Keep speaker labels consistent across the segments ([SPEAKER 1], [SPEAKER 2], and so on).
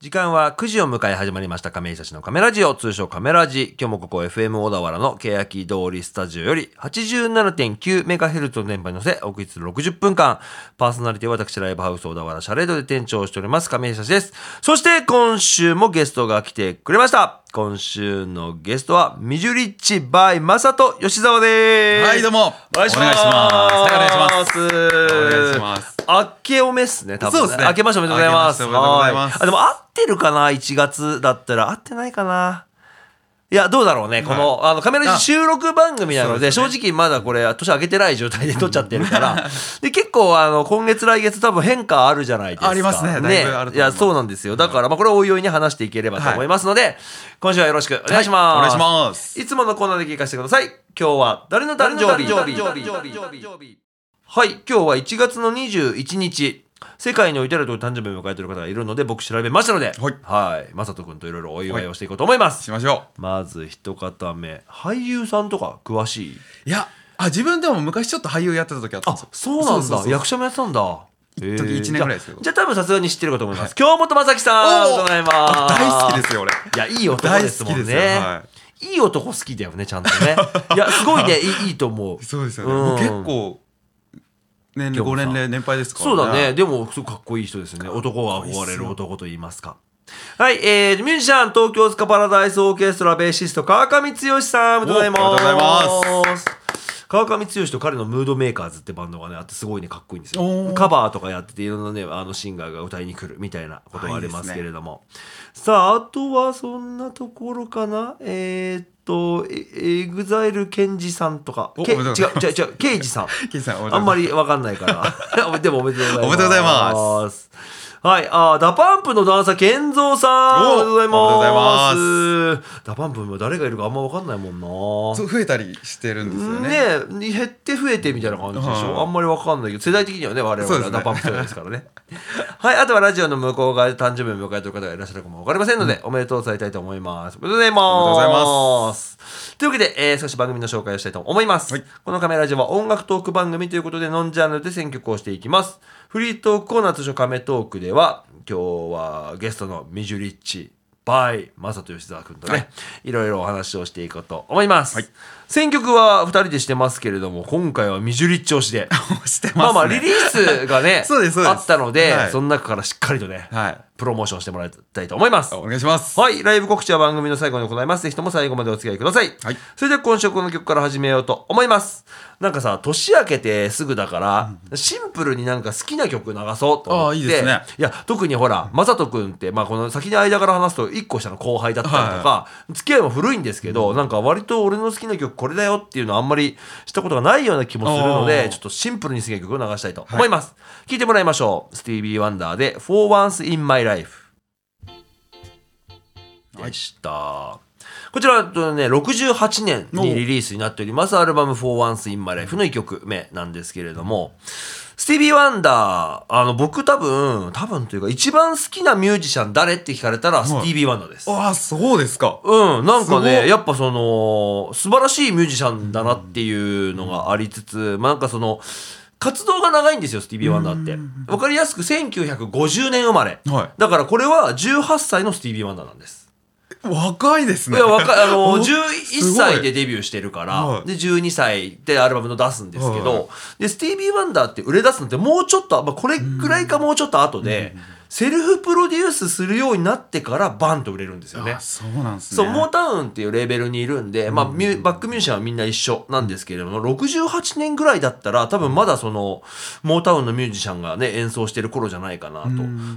[SPEAKER 1] 時間は9時を迎え始まりました亀井久志のカメラジオ、通称カメラジ。今日もここ FM 小田原の欅通りスタジオより 87.9MHz の電波に乗せ、お送りする60分間。パーソナリティは私ライブハウス小田原シャレードで店長をしております亀井久志です。そして今週もゲストが来てくれました。今週のゲストは、ミジュリッチバイマサト吉沢です。
[SPEAKER 2] はいどうも
[SPEAKER 1] お願いします。。
[SPEAKER 2] お願いしますお願いします
[SPEAKER 1] 明けおめっすね、多分、
[SPEAKER 2] そうですね
[SPEAKER 1] 明けましておめでとうございます。
[SPEAKER 2] 明けましておめでとうございます
[SPEAKER 1] はあ、でも合ってるかな ?1 月だったら合ってないかないや、どうだろうね。この、あの、カメラ
[SPEAKER 2] あ
[SPEAKER 1] 収録番組なので、正直まだこれ、年明けてない状態で撮っちゃってる から、で、結構、あの、今月来月多分変化あるじゃないですか。
[SPEAKER 2] ありますねだいぶあると思います
[SPEAKER 1] や、そうなんですよ。だから、まあ、これはおいおいに話していければと思いますので、今週はよろしくお願いします。
[SPEAKER 2] お願いします
[SPEAKER 1] いつものコーナーで聞かせてください。今日は誰の誕生日はい、今日は1月の21日。世界においてあるという誕生日を迎えている方がいるので僕調べましたので、
[SPEAKER 2] はい
[SPEAKER 1] はい、まさと君といろいろお祝いをしていこうと思います。
[SPEAKER 2] しましょ
[SPEAKER 1] まず一方目、俳優さんとか詳しいう
[SPEAKER 2] いやあ自分でも昔ちょっと俳優やってた時あったん
[SPEAKER 1] あ
[SPEAKER 2] です
[SPEAKER 1] そ
[SPEAKER 2] よ、
[SPEAKER 1] うなんだ。
[SPEAKER 2] そうそうそう
[SPEAKER 1] 役者もやってたんだ。え
[SPEAKER 2] 時一年ぐらいですけど
[SPEAKER 1] じゃあじゃあ多分さすがに知ってるかと思います。京本正樹さん、お
[SPEAKER 2] おー
[SPEAKER 1] はようございます。
[SPEAKER 2] 大好きですよ俺
[SPEAKER 1] いや、いい男ですもん
[SPEAKER 2] 大好きですよ
[SPEAKER 1] ね。、
[SPEAKER 2] はい
[SPEAKER 1] い男好きだよね、ちゃんとね。いや、すごいね、いいいいと思う。
[SPEAKER 2] そうですよね、
[SPEAKER 1] うん
[SPEAKER 2] もう結構
[SPEAKER 1] 今
[SPEAKER 2] 年
[SPEAKER 1] 日も
[SPEAKER 2] ご
[SPEAKER 1] さ
[SPEAKER 2] 年齢年配ですから
[SPEAKER 1] そうだね。でも、すごくかっこいい人ですね。男が憧れる男と言いますか。はい、えー、ミュージシャン、東京スカパラダイスオーケストラベーシスト、川上剛さん、おめでとうございます。
[SPEAKER 2] おめでとうござい
[SPEAKER 1] ます。川上剛と彼のムードメーカーズってバンドがね、あってすごいね、かっこいいんです
[SPEAKER 2] お
[SPEAKER 1] よ。
[SPEAKER 2] ー
[SPEAKER 1] カバーとかやってて、いろんなね、あのシンガーが歌いに来るみたいなことがあります
[SPEAKER 2] あいいですね
[SPEAKER 1] けれども。さあ、あとはそんなところかな。えーっと、エグザイルケンジさんとか、
[SPEAKER 2] お
[SPEAKER 1] け違
[SPEAKER 2] お
[SPEAKER 1] う
[SPEAKER 2] めでとうございます
[SPEAKER 1] 違う違う、ケイジさん。
[SPEAKER 2] ケイジさんおめでとうございます
[SPEAKER 1] あんまりわかんないから。 でもおめでとうございます。。
[SPEAKER 2] おめでとうございます
[SPEAKER 1] はい、あーダパンプのダンサー、ケンゾーさん。お
[SPEAKER 2] お
[SPEAKER 1] めでとうございま
[SPEAKER 2] おめでと
[SPEAKER 1] す。ダパンプも誰がいるかあんまわかんないもん
[SPEAKER 2] そ
[SPEAKER 1] な。
[SPEAKER 2] う増えたりしてるんですよね
[SPEAKER 1] ねえ減って増えてみたいな感じでしょ、
[SPEAKER 2] はい
[SPEAKER 1] あんまりわかんないけど世代的にはね我々
[SPEAKER 2] そう
[SPEAKER 1] は
[SPEAKER 2] ですね
[SPEAKER 1] ダパンプ世代ですからね はいあとはラジオの向こう側で誕生日を迎えてる方がいらっしゃるかもわかりませんので、おめでとうございたいと思いますおめでとうございます
[SPEAKER 2] おめでとうございます
[SPEAKER 1] ます。というわけで、えー少し番組の紹介をしたいと思います。
[SPEAKER 2] はい
[SPEAKER 1] このカメラジオは音楽トーク番組ということで、ノンジャンルで選曲をしていきます。フリートークコーナー通称カメトークでは、今日はゲストのミジュリッチ、バイ、マサト吉沢くんとね、
[SPEAKER 2] はい
[SPEAKER 1] い、ろいろお話をしていこうと思います。
[SPEAKER 2] はい
[SPEAKER 1] 選曲は2人でしてますけれども、今回はミジュリッチ推しで、
[SPEAKER 2] してますね、
[SPEAKER 1] まあまあリリースがね
[SPEAKER 2] そうですそうです
[SPEAKER 1] あったので、
[SPEAKER 2] はい
[SPEAKER 1] その中からしっかりとね、
[SPEAKER 2] はい
[SPEAKER 1] プロモーションしてもらいたいと思います
[SPEAKER 2] あ。お願いします
[SPEAKER 1] はい。ライブ告知は番組の最後に行います。ぜひとも最後までお付き合いください。
[SPEAKER 2] はい
[SPEAKER 1] それでは今週この曲から始めようと思います。なんかさ、年明けてすぐだから、シンプルになんか好きな曲流そうと思って。
[SPEAKER 2] あーいいですね
[SPEAKER 1] いや、特にほら、まさとくんって、まあこの先の間から話すと1個下の後輩だったりとか、付き合いも古いんですけど、なんか割と俺の好きな曲これだよっていうのあんまりしたことがないような気もするの
[SPEAKER 2] お
[SPEAKER 1] で
[SPEAKER 2] ー、
[SPEAKER 1] ちょっとシンプルに好きな曲を流したいと思います。聴、い、てもらいましょう。スティービー・ワンダーで For Once in My Life。でした。こちら、えっとね、68年にリリースになっております、アルバム For Once in My Life の1曲目なんですけれども、スティービー・ワンダー、あの、僕多分、多分というか、一番好きなミュージシャン誰って聞かれたら、スティービー・ワンダーです。
[SPEAKER 2] あそうですか
[SPEAKER 1] うん、なんか
[SPEAKER 2] すご
[SPEAKER 1] ね、
[SPEAKER 2] い
[SPEAKER 1] やっぱその、素晴らしいミュージシャンだなっていうのがありつつ、まあなんかその、活動が長いんですよ、スティービー・ワンダーって。わかりやすく1950年生まれ。
[SPEAKER 2] は
[SPEAKER 1] だからこれは18歳のスティービー・ワンダーなんです。
[SPEAKER 2] い若いです
[SPEAKER 1] い
[SPEAKER 2] ね
[SPEAKER 1] や、わか、あの、
[SPEAKER 2] お
[SPEAKER 1] 11
[SPEAKER 2] すごい
[SPEAKER 1] 歳でデビューしてるか
[SPEAKER 2] は
[SPEAKER 1] ら、
[SPEAKER 2] い
[SPEAKER 1] で、12歳でアルバムの出すんですけ
[SPEAKER 2] は
[SPEAKER 1] ど、で、スティービー・ワンダーって売れ出すのってもうちょっと、まあ、これぐらいかもうちょっと後で、セルフプロデュースするようになってからバンと売れるんですよね
[SPEAKER 2] あ。そうなんですね
[SPEAKER 1] そう、モータウンっていうレーベルにいるんで、まあ、ミュバックミュージシャンはみんな一緒なんですけれども、68年ぐらいだったら、多分まだその、モータウンのミュージシャンがね、演奏してる頃じゃないかなと。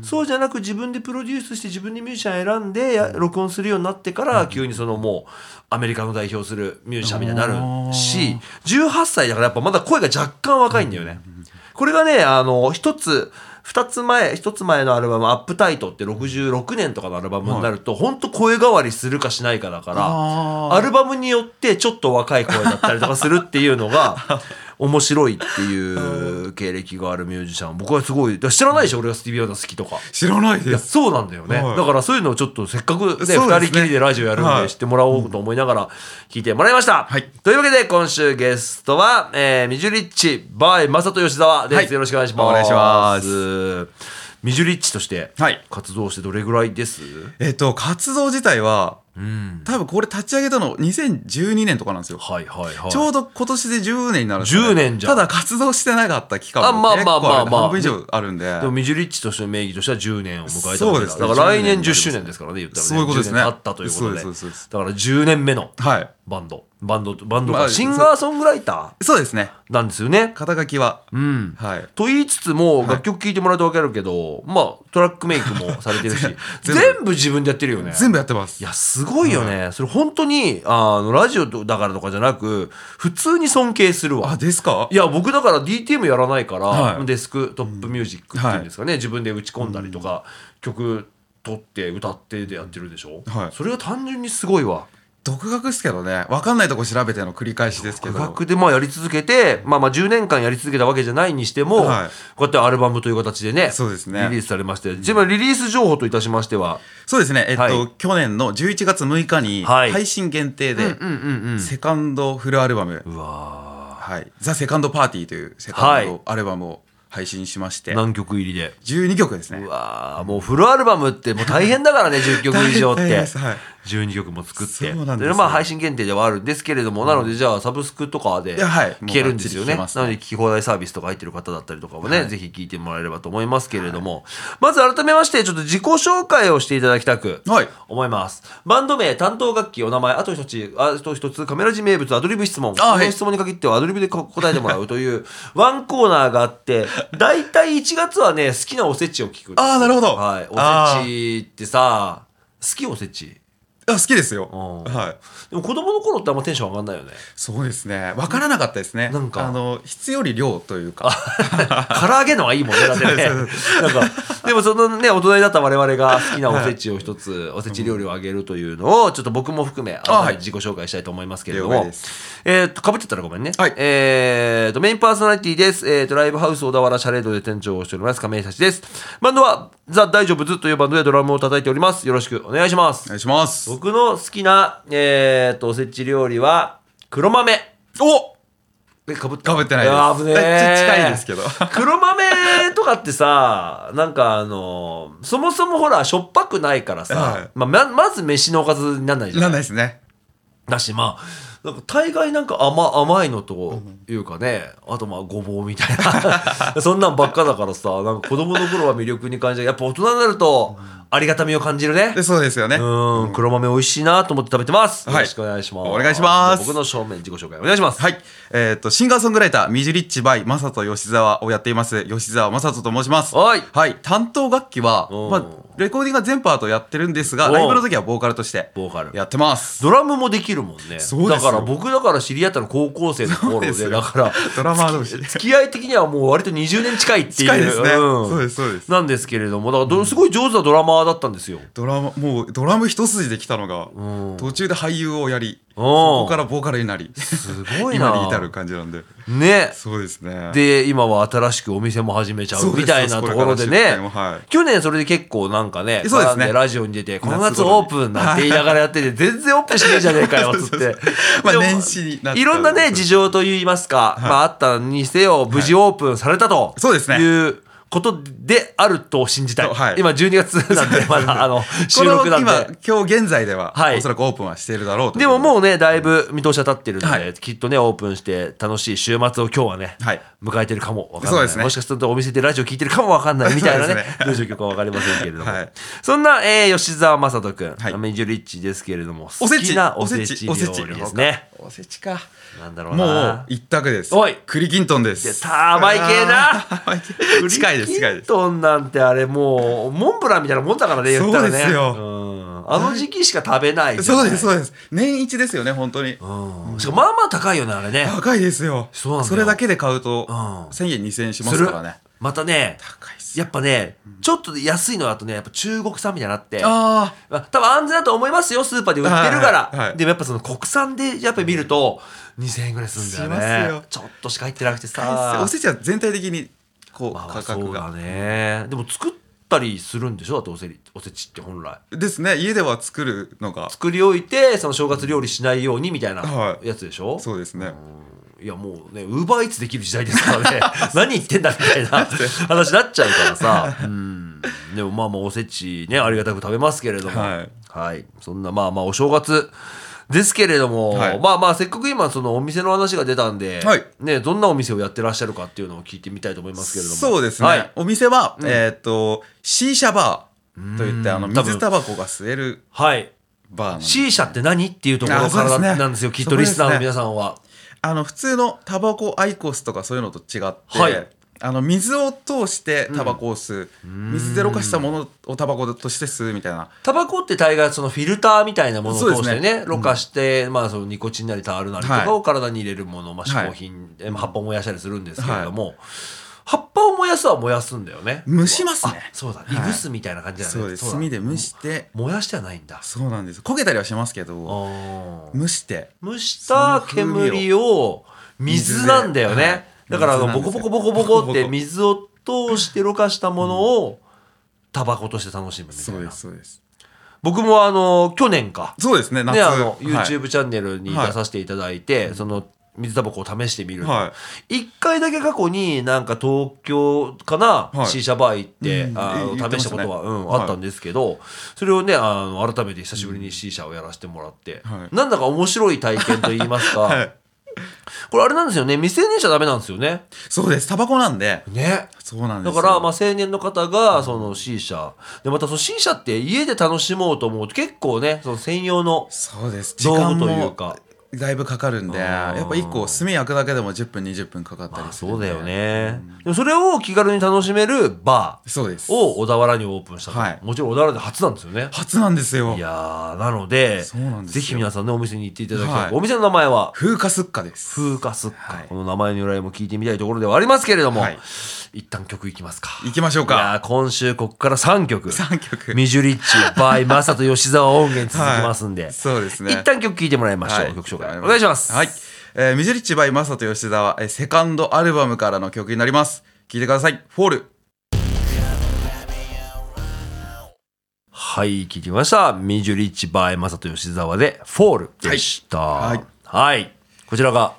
[SPEAKER 1] そうじゃなく自分でプロデュースして自分でミュージシャン選んで、や録音するようになってから、急にそのもう、アメリカの代表するミュージシャンみたいになるし、18歳だからやっぱまだ声が若干若いんだよね。これがね、あの、一つ、二つ前、一つ前のアルバム、アップタイトって66年とかのアルバムになると、ほんと声変わりするかしないかだ
[SPEAKER 2] あ
[SPEAKER 1] から、アルバムによってちょっと若い声だったりとかするっていうのが、面白いっていう経歴があるミュージシャン。僕はすごい、だから知らないでしょ、俺がスティービー・ワンダー好きとか。
[SPEAKER 2] 知らない
[SPEAKER 1] い
[SPEAKER 2] で
[SPEAKER 1] や
[SPEAKER 2] す
[SPEAKER 1] そうなんだよね、
[SPEAKER 2] はい
[SPEAKER 1] だからそういうのをちょっとせっかく、ね、
[SPEAKER 2] そうです
[SPEAKER 1] 2
[SPEAKER 2] ね
[SPEAKER 1] 人きりでラジオやるん
[SPEAKER 2] は
[SPEAKER 1] で
[SPEAKER 2] い
[SPEAKER 1] 知ってもらおうと思いながら聞いてもらいました、
[SPEAKER 2] はい
[SPEAKER 1] というわけで今週ゲストは、えー、ミジュリッチ by マサト吉沢です、
[SPEAKER 2] はい
[SPEAKER 1] よろしくお願いします
[SPEAKER 2] お願いします
[SPEAKER 1] ミジュリッチとして
[SPEAKER 2] はい
[SPEAKER 1] 活動してどれぐらいです、
[SPEAKER 2] えっと活動自体は
[SPEAKER 1] うん
[SPEAKER 2] 多分これ立ち上げたの2012年とかなんですよ、
[SPEAKER 1] はいはいはい
[SPEAKER 2] ちょうど今年で10年になるんですよ
[SPEAKER 1] 10年じゃん
[SPEAKER 2] ただ活動してなかった期間
[SPEAKER 1] あまあ
[SPEAKER 2] 結構る
[SPEAKER 1] まあまあまあ
[SPEAKER 2] 半分以上あるんで
[SPEAKER 1] でもミジュリッチとしての名義としては10年を迎えたわけ
[SPEAKER 2] そうですね
[SPEAKER 1] だから来年
[SPEAKER 2] 10年
[SPEAKER 1] 10周年ですからね言ったらね
[SPEAKER 2] そういうことですね
[SPEAKER 1] 10年経ったということで
[SPEAKER 2] そうですそうです
[SPEAKER 1] だから10年目の
[SPEAKER 2] はい
[SPEAKER 1] バンドバンドバンド
[SPEAKER 2] ま
[SPEAKER 1] か
[SPEAKER 2] あ
[SPEAKER 1] シンガーソングライタ
[SPEAKER 2] そうですね
[SPEAKER 1] ーなんですよね
[SPEAKER 2] 肩書きは
[SPEAKER 1] うん
[SPEAKER 2] はい
[SPEAKER 1] と言いつつも
[SPEAKER 2] い
[SPEAKER 1] 楽曲聴いてもらうと分かるけど、まあトラックメイク もされてるし
[SPEAKER 2] 全部
[SPEAKER 1] 全部自分でやってるよね
[SPEAKER 2] 全部やってます
[SPEAKER 1] いやすごいよね、それ本当にあのラジオだからとかじゃなく普通に尊敬するわ
[SPEAKER 2] あですか
[SPEAKER 1] いや僕だから DTM やらないから、
[SPEAKER 2] はい
[SPEAKER 1] デスクトップミュージックっていうんですかね、自分で打ち込んだりとか、曲取って歌ってでやってるでしょ、
[SPEAKER 2] はい
[SPEAKER 1] それが単純にすごいわ
[SPEAKER 2] 独学ですけどね分かんないとこ調べての繰り返しですけ
[SPEAKER 1] 苦
[SPEAKER 2] ど
[SPEAKER 1] 学でまあやり続けて、まあ、まあ10年間やり続けたわけじゃないにしても、
[SPEAKER 2] はい
[SPEAKER 1] こうやってアルバムという形でね
[SPEAKER 2] そうですね
[SPEAKER 1] リリースされまして自分リリース情報といたしましては、
[SPEAKER 2] そうですねえっと、
[SPEAKER 1] はい
[SPEAKER 2] 去年の11月6日に
[SPEAKER 1] はい
[SPEAKER 2] 配信限定で、
[SPEAKER 1] うんうん
[SPEAKER 2] セカンドフルアルバム
[SPEAKER 1] うんうわ
[SPEAKER 2] はい、ザ・セカンド・パーティーというセカンドアルバムを配信しまして、
[SPEAKER 1] ー何曲入りで
[SPEAKER 2] 12曲です
[SPEAKER 1] う
[SPEAKER 2] ね。
[SPEAKER 1] わーもうフルアルバムってもう大変だからね 10曲以上っ
[SPEAKER 2] 大変
[SPEAKER 1] て
[SPEAKER 2] ですはい
[SPEAKER 1] 12曲も作って
[SPEAKER 2] そうなんですよ
[SPEAKER 1] でまあ配信限定ではあるんですけれどもなのでじゃあサブスクとかで
[SPEAKER 2] いやはい
[SPEAKER 1] 聴けるんですよね
[SPEAKER 2] もう
[SPEAKER 1] な
[SPEAKER 2] バッチリ聴けますね
[SPEAKER 1] ので聴き放題サービスとか入ってる方だったりとかもねぜひ聴いてもらえればと思いますけれどもまず改めましてちょっと自己紹介をしていただきたく
[SPEAKER 2] はい
[SPEAKER 1] 思いますバンド名担当楽器お名前あと一つあと一つカメラ人名物アドリブ質問
[SPEAKER 2] あ
[SPEAKER 1] こ
[SPEAKER 2] はい
[SPEAKER 1] の質問に限ってはアドリブでこ答えてもらうと いうワンコーナーがあって大体1月はね好きなおせちを聞く
[SPEAKER 2] あーなるほど
[SPEAKER 1] はい、
[SPEAKER 2] あ
[SPEAKER 1] おせちってさ好きおせち
[SPEAKER 2] あ好きですよ。
[SPEAKER 1] うん
[SPEAKER 2] はい、
[SPEAKER 1] でも子供の頃ってあんまテンション上がんないよね
[SPEAKER 2] そうですね分からなかったですね。
[SPEAKER 1] なんか
[SPEAKER 2] あの質より量というか
[SPEAKER 1] 唐揚げのはいいもんねだってね
[SPEAKER 2] そう
[SPEAKER 1] なんかでもそのね大人になった我々が好きなおせちを一つ、おせち料理をあげるというのをちょっと僕も含め改めて自己紹介したいと思いますけれども、
[SPEAKER 2] 了解です
[SPEAKER 1] えーっとかぶってたらごめんね、
[SPEAKER 2] はい
[SPEAKER 1] えーっとメインパーソナリティです、えーっとライブハウス小田原シャレードで店長をしております亀井幸ですバンドはザ・大丈夫ズというバンドでドラムを叩いておりますよろしくお願いします
[SPEAKER 2] お願いします。
[SPEAKER 1] 僕の好きな、えー、とおせち料理は黒豆
[SPEAKER 2] お
[SPEAKER 1] えかぶった
[SPEAKER 2] かぶってないです。
[SPEAKER 1] やー危ねー
[SPEAKER 2] ち近いで すけど。
[SPEAKER 1] 黒豆とかってさ なんかあのそもそもほらしょっぱくないからさ、
[SPEAKER 2] はい
[SPEAKER 1] まあままず飯のおかずにならないじゃ
[SPEAKER 2] なん
[SPEAKER 1] ん
[SPEAKER 2] ないですね。
[SPEAKER 1] だしまあなんか大概なんか甘甘いのというかね、あとまあごぼうみたいな そんなんばっかだからさなんか子供の頃は魅力に感じてやっぱ大人になるとありがたみを感じるね
[SPEAKER 2] でそうですよね。
[SPEAKER 1] うん、黒豆美味しいなと思って食べてます。
[SPEAKER 2] はい
[SPEAKER 1] よろしくお願いします。
[SPEAKER 2] お願いします
[SPEAKER 1] 僕の正面自己紹介お願いします。
[SPEAKER 2] はい。えっ、と、シンガーソングライター、ミジュリッチバイ、マサト吉沢をやっています。吉沢正人と申します。
[SPEAKER 1] はい
[SPEAKER 2] はい。担当楽器は、
[SPEAKER 1] おー
[SPEAKER 2] まあ、レコーディングは全パートやってるんですが、
[SPEAKER 1] おー
[SPEAKER 2] ライブの時はボーカルとして、
[SPEAKER 1] ボーカル
[SPEAKER 2] やってます。
[SPEAKER 1] ドラムもできるもんね。
[SPEAKER 2] そうで
[SPEAKER 1] だ
[SPEAKER 2] すよ
[SPEAKER 1] から僕だから知り合ったの高校生の頃
[SPEAKER 2] そう
[SPEAKER 1] で、
[SPEAKER 2] ですよ
[SPEAKER 1] だから
[SPEAKER 2] ドラマー同士。
[SPEAKER 1] 付き合い的にはもう割と20年近いっていう。
[SPEAKER 2] 近いですね。
[SPEAKER 1] うん
[SPEAKER 2] そうです、そうです。
[SPEAKER 1] なんですけれども、だからどすごい上手なドラマーだったんですよ。
[SPEAKER 2] ドラマ、もうドラム一筋で来たのが、
[SPEAKER 1] うん
[SPEAKER 2] 途中で俳優をやり、そ
[SPEAKER 1] おー
[SPEAKER 2] こからボーカルになり、
[SPEAKER 1] すごいな。
[SPEAKER 2] 今に至る感じなんで。
[SPEAKER 1] ね。
[SPEAKER 2] そうですね。
[SPEAKER 1] で今は新しくお店も始めちゃ
[SPEAKER 2] そう
[SPEAKER 1] う
[SPEAKER 2] です
[SPEAKER 1] みたいなところでね
[SPEAKER 2] これから出店もはい
[SPEAKER 1] 去年それで結構なんかね
[SPEAKER 2] そうですね
[SPEAKER 1] 絡んラジオに出て「この夏
[SPEAKER 2] 夏頃
[SPEAKER 1] オー
[SPEAKER 2] に
[SPEAKER 1] プン」なんて言いながらやってて全然オープンしねえじゃねえかよっつ って
[SPEAKER 2] まあ
[SPEAKER 1] でも
[SPEAKER 2] 年始になっちゃう
[SPEAKER 1] いろんなね事情といいますか、まあ、あったにせよ無事オープンされたと
[SPEAKER 2] そうですね
[SPEAKER 1] いうことであると信じたい、
[SPEAKER 2] そうはい
[SPEAKER 1] 今12月なんでまだあ の収録なん
[SPEAKER 2] この
[SPEAKER 1] で
[SPEAKER 2] 今。、今日現在では、
[SPEAKER 1] はい
[SPEAKER 2] おそらくオープンはしているだろうとい
[SPEAKER 1] で
[SPEAKER 2] うこ
[SPEAKER 1] も
[SPEAKER 2] と
[SPEAKER 1] もうねだいぶ見通しは立ってるので、
[SPEAKER 2] はい
[SPEAKER 1] きっとねオープンして楽しい週末を今日はね、
[SPEAKER 2] はい
[SPEAKER 1] 迎えてるかもわかん
[SPEAKER 2] そ
[SPEAKER 1] な
[SPEAKER 2] う
[SPEAKER 1] い、
[SPEAKER 2] ですね
[SPEAKER 1] もしかするとお店でラジオ聞いてるかもわかんないみたいなね
[SPEAKER 2] そうです
[SPEAKER 1] ど
[SPEAKER 2] ね
[SPEAKER 1] ういう状況かわかりませんけれども、
[SPEAKER 2] はい
[SPEAKER 1] そんな、えー吉沢雅人君、
[SPEAKER 2] はい
[SPEAKER 1] メジュリッチですけれども
[SPEAKER 2] お
[SPEAKER 1] 好
[SPEAKER 2] せ
[SPEAKER 1] き
[SPEAKER 2] ち
[SPEAKER 1] なおせち料
[SPEAKER 2] おせち
[SPEAKER 1] 理ですね。
[SPEAKER 2] おせちか。
[SPEAKER 1] なんだろう
[SPEAKER 2] もう
[SPEAKER 1] な
[SPEAKER 2] 一択です。
[SPEAKER 1] おい
[SPEAKER 2] 栗きんとんです。
[SPEAKER 1] 出た甘い系な
[SPEAKER 2] あー甘い系近いです近い
[SPEAKER 1] 栗き
[SPEAKER 2] で
[SPEAKER 1] ん
[SPEAKER 2] す。
[SPEAKER 1] とんなんてあれもうモンブランみたいなもんだからね言ったらね
[SPEAKER 2] そうですよ
[SPEAKER 1] うんあの時期しか食べないじゃ
[SPEAKER 2] そ
[SPEAKER 1] な
[SPEAKER 2] う
[SPEAKER 1] い
[SPEAKER 2] ですそうです。年一ですよね本当に。
[SPEAKER 1] うんしかもまあまあ高いよねあれね
[SPEAKER 2] 高いですよ。
[SPEAKER 1] そうなんだよ
[SPEAKER 2] れだけで買うと
[SPEAKER 1] うん
[SPEAKER 2] 千円二千円しますす
[SPEAKER 1] る
[SPEAKER 2] からね。
[SPEAKER 1] またね
[SPEAKER 2] 高いっすよ。
[SPEAKER 1] やっぱね、ちょっと安いのだとね、やっぱ中国産みたいなのあって、
[SPEAKER 2] あ
[SPEAKER 1] まあ多分安全だと思いますよ、スーパーで売ってるから。
[SPEAKER 2] はいはいはい
[SPEAKER 1] でもやっぱその国産でやっぱり見ると、2000円ぐらいするんだ
[SPEAKER 2] します
[SPEAKER 1] よね
[SPEAKER 2] よ。
[SPEAKER 1] ちょっとしか入ってなくて
[SPEAKER 2] あ高いっすよ。
[SPEAKER 1] さ
[SPEAKER 2] お。せちは全体的にこう
[SPEAKER 1] まあ、
[SPEAKER 2] 価
[SPEAKER 1] そ
[SPEAKER 2] 格
[SPEAKER 1] うだ
[SPEAKER 2] が
[SPEAKER 1] ね。でも作ったりするんでしょだっておせりおせちって本来。
[SPEAKER 2] ですね。家では作るのが
[SPEAKER 1] 作り置いて、その正月料理しないようにみたいな
[SPEAKER 2] はい
[SPEAKER 1] やつでしょ、
[SPEAKER 2] そうですね。
[SPEAKER 1] いやもうねウー バーイーツできる時代ですからね何言ってんだみたいな話になっちゃうからさ、うん、でもまあまあおせちねありがたく食べますけれども
[SPEAKER 2] はい、
[SPEAKER 1] はいそんなまあまあお正月ですけれども、
[SPEAKER 2] はい
[SPEAKER 1] まあまあせっかく今そのお店の話が出たんで、
[SPEAKER 2] はい
[SPEAKER 1] ね、どんなお店をやってらっしゃるかっていうのを聞いてみたいと思いますけれども
[SPEAKER 2] そうですね、
[SPEAKER 1] はい
[SPEAKER 2] お店は、えーっと C 社バーといってあの
[SPEAKER 1] うん多分
[SPEAKER 2] 水タバコが吸える
[SPEAKER 1] はい、
[SPEAKER 2] バーなんです
[SPEAKER 1] C 社って何っていうところ
[SPEAKER 2] あそう
[SPEAKER 1] か
[SPEAKER 2] で
[SPEAKER 1] ら
[SPEAKER 2] すね
[SPEAKER 1] なんですよきっとリスナーの皆さんは、
[SPEAKER 2] あの普通のタバコアイコスとかそういうのと違って、
[SPEAKER 1] はい
[SPEAKER 2] あの水を通してタバコを吸う、水ゼロ化したものをタバコとして吸うみたいな
[SPEAKER 1] タバコって大概そのフィルターみたいなものを
[SPEAKER 2] そう
[SPEAKER 1] 通
[SPEAKER 2] です
[SPEAKER 1] し
[SPEAKER 2] ね
[SPEAKER 1] てねろ過して、まあ、そのニコチンなりタールなりと
[SPEAKER 2] はい
[SPEAKER 1] かを体に入れるもの、まあ、
[SPEAKER 2] はい
[SPEAKER 1] 嗜好品、えまあ葉っぱを燃やしたりするんですけれども、葉っぱを燃やすは燃やすんだよね
[SPEAKER 2] 蒸しますね
[SPEAKER 1] あそうだ
[SPEAKER 2] い
[SPEAKER 1] いぐすみたいな感じだよね、
[SPEAKER 2] そうです
[SPEAKER 1] だ
[SPEAKER 2] 炭で蒸して
[SPEAKER 1] 燃やしてはないんだ
[SPEAKER 2] そうなんです焦げたりはしますけど
[SPEAKER 1] あー
[SPEAKER 2] 蒸して
[SPEAKER 1] 蒸した煙を水なんだよ
[SPEAKER 2] 水ではい
[SPEAKER 1] ねだからあの
[SPEAKER 2] 水なん
[SPEAKER 1] ボ
[SPEAKER 2] です
[SPEAKER 1] コ
[SPEAKER 2] よ
[SPEAKER 1] ボコボコボコって水を通してろ過したものをタバコとして楽しむみた
[SPEAKER 2] そ
[SPEAKER 1] いう
[SPEAKER 2] で
[SPEAKER 1] な
[SPEAKER 2] すそうです
[SPEAKER 1] 僕もあの去年か
[SPEAKER 2] そうですね夏
[SPEAKER 1] ね、あの
[SPEAKER 2] はい
[SPEAKER 1] YouTube チャンネルに出させていただいて、その水タバコを試してみる、
[SPEAKER 2] は
[SPEAKER 1] 一回だけ過去になんか東京かな、
[SPEAKER 2] はい
[SPEAKER 1] C 社バー行って、
[SPEAKER 2] うん
[SPEAKER 1] あ
[SPEAKER 2] い言って
[SPEAKER 1] の
[SPEAKER 2] ま
[SPEAKER 1] 試し
[SPEAKER 2] したた
[SPEAKER 1] こ
[SPEAKER 2] ね
[SPEAKER 1] とは、うん
[SPEAKER 2] はい
[SPEAKER 1] あったんですけどそれをねあの改めて久しぶりに C 社をやらせてもらって、
[SPEAKER 2] はい
[SPEAKER 1] なんだか面白い体験といいますか、
[SPEAKER 2] い、 はい、
[SPEAKER 1] これあれなんですよね未成年じゃダメなんですよね。
[SPEAKER 2] そうですタバコなんで
[SPEAKER 1] ね
[SPEAKER 2] そうなんで
[SPEAKER 1] だ
[SPEAKER 2] す
[SPEAKER 1] から、まあ、
[SPEAKER 2] あ
[SPEAKER 1] 青年の方が、その C 社。で、また、その C 社って家で楽しもうと思うと、結構ね、その専用の
[SPEAKER 2] そうです時
[SPEAKER 1] 道
[SPEAKER 2] 間
[SPEAKER 1] 具
[SPEAKER 2] も
[SPEAKER 1] というか。
[SPEAKER 2] だいぶかかるんで
[SPEAKER 1] あー
[SPEAKER 2] やっぱ一個炭焼くだけでも10分20分かかった
[SPEAKER 1] まあ
[SPEAKER 2] りする
[SPEAKER 1] そ
[SPEAKER 2] ん
[SPEAKER 1] うだ
[SPEAKER 2] で
[SPEAKER 1] よね、でもそれを気軽に楽しめるバ
[SPEAKER 2] そうです
[SPEAKER 1] ーを小田原にオープンしたと、
[SPEAKER 2] はい
[SPEAKER 1] もちろん小田原で初なんですよね
[SPEAKER 2] 初なんですよ
[SPEAKER 1] いやーなので
[SPEAKER 2] そうなんです
[SPEAKER 1] ぜ
[SPEAKER 2] よ
[SPEAKER 1] ひ皆さんねお店に行っていただきたい、
[SPEAKER 2] はい
[SPEAKER 1] お店の名前は
[SPEAKER 2] 風化すっかです
[SPEAKER 1] 風化すっか、
[SPEAKER 2] はい
[SPEAKER 1] この名前の由来も聞いてみたいところではありますけれども、
[SPEAKER 2] はい
[SPEAKER 1] 一旦曲いきますか
[SPEAKER 2] 行きましょう
[SPEAKER 1] いや
[SPEAKER 2] か。
[SPEAKER 1] ー今週ここから3曲
[SPEAKER 2] 三曲。
[SPEAKER 1] ミジュリッチ by マサと吉沢音源続きますんで、
[SPEAKER 2] はいそうですね。
[SPEAKER 1] 一旦曲聴いてもらいましょう、
[SPEAKER 2] はい
[SPEAKER 1] 曲紹介お願いします、
[SPEAKER 2] はい。えー、ミジュリッチバイマサと吉沢、えー、セカンドアルバムからの曲になります。聞いてください。フォール。
[SPEAKER 1] はい、聞きました。ミジュリッチバイマサト吉沢でフォールでした。は
[SPEAKER 2] はいい。
[SPEAKER 1] こちらが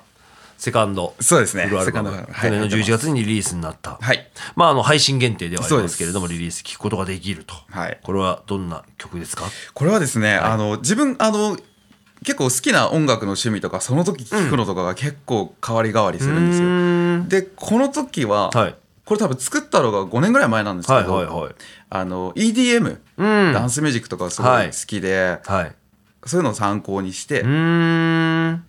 [SPEAKER 1] セカンド。
[SPEAKER 2] そうですね
[SPEAKER 1] フルアルバム。
[SPEAKER 2] セカンドはい
[SPEAKER 1] 去年の11月にリリースになった。
[SPEAKER 2] はい。
[SPEAKER 1] まあ、あの、配信限定ではあり
[SPEAKER 2] そう
[SPEAKER 1] ま
[SPEAKER 2] ですす
[SPEAKER 1] けれども、リリース聞くことができると。
[SPEAKER 2] はい
[SPEAKER 1] これはどんな曲ですか
[SPEAKER 2] これはですね、あの、自分、あの、結構好きな音楽の趣味とか、その時聞くのとかが結構変わり変わりするんですよ。
[SPEAKER 1] ん
[SPEAKER 2] で、この時は、
[SPEAKER 1] はい
[SPEAKER 2] これ多分作ったのが5年ぐらい前なんですけど、
[SPEAKER 1] はいはいはい。
[SPEAKER 2] あの、EDM、
[SPEAKER 1] うん。
[SPEAKER 2] ダンスミュージックとかすごい好きで、
[SPEAKER 1] はい。
[SPEAKER 2] そういうのを参考にして、
[SPEAKER 1] うーん。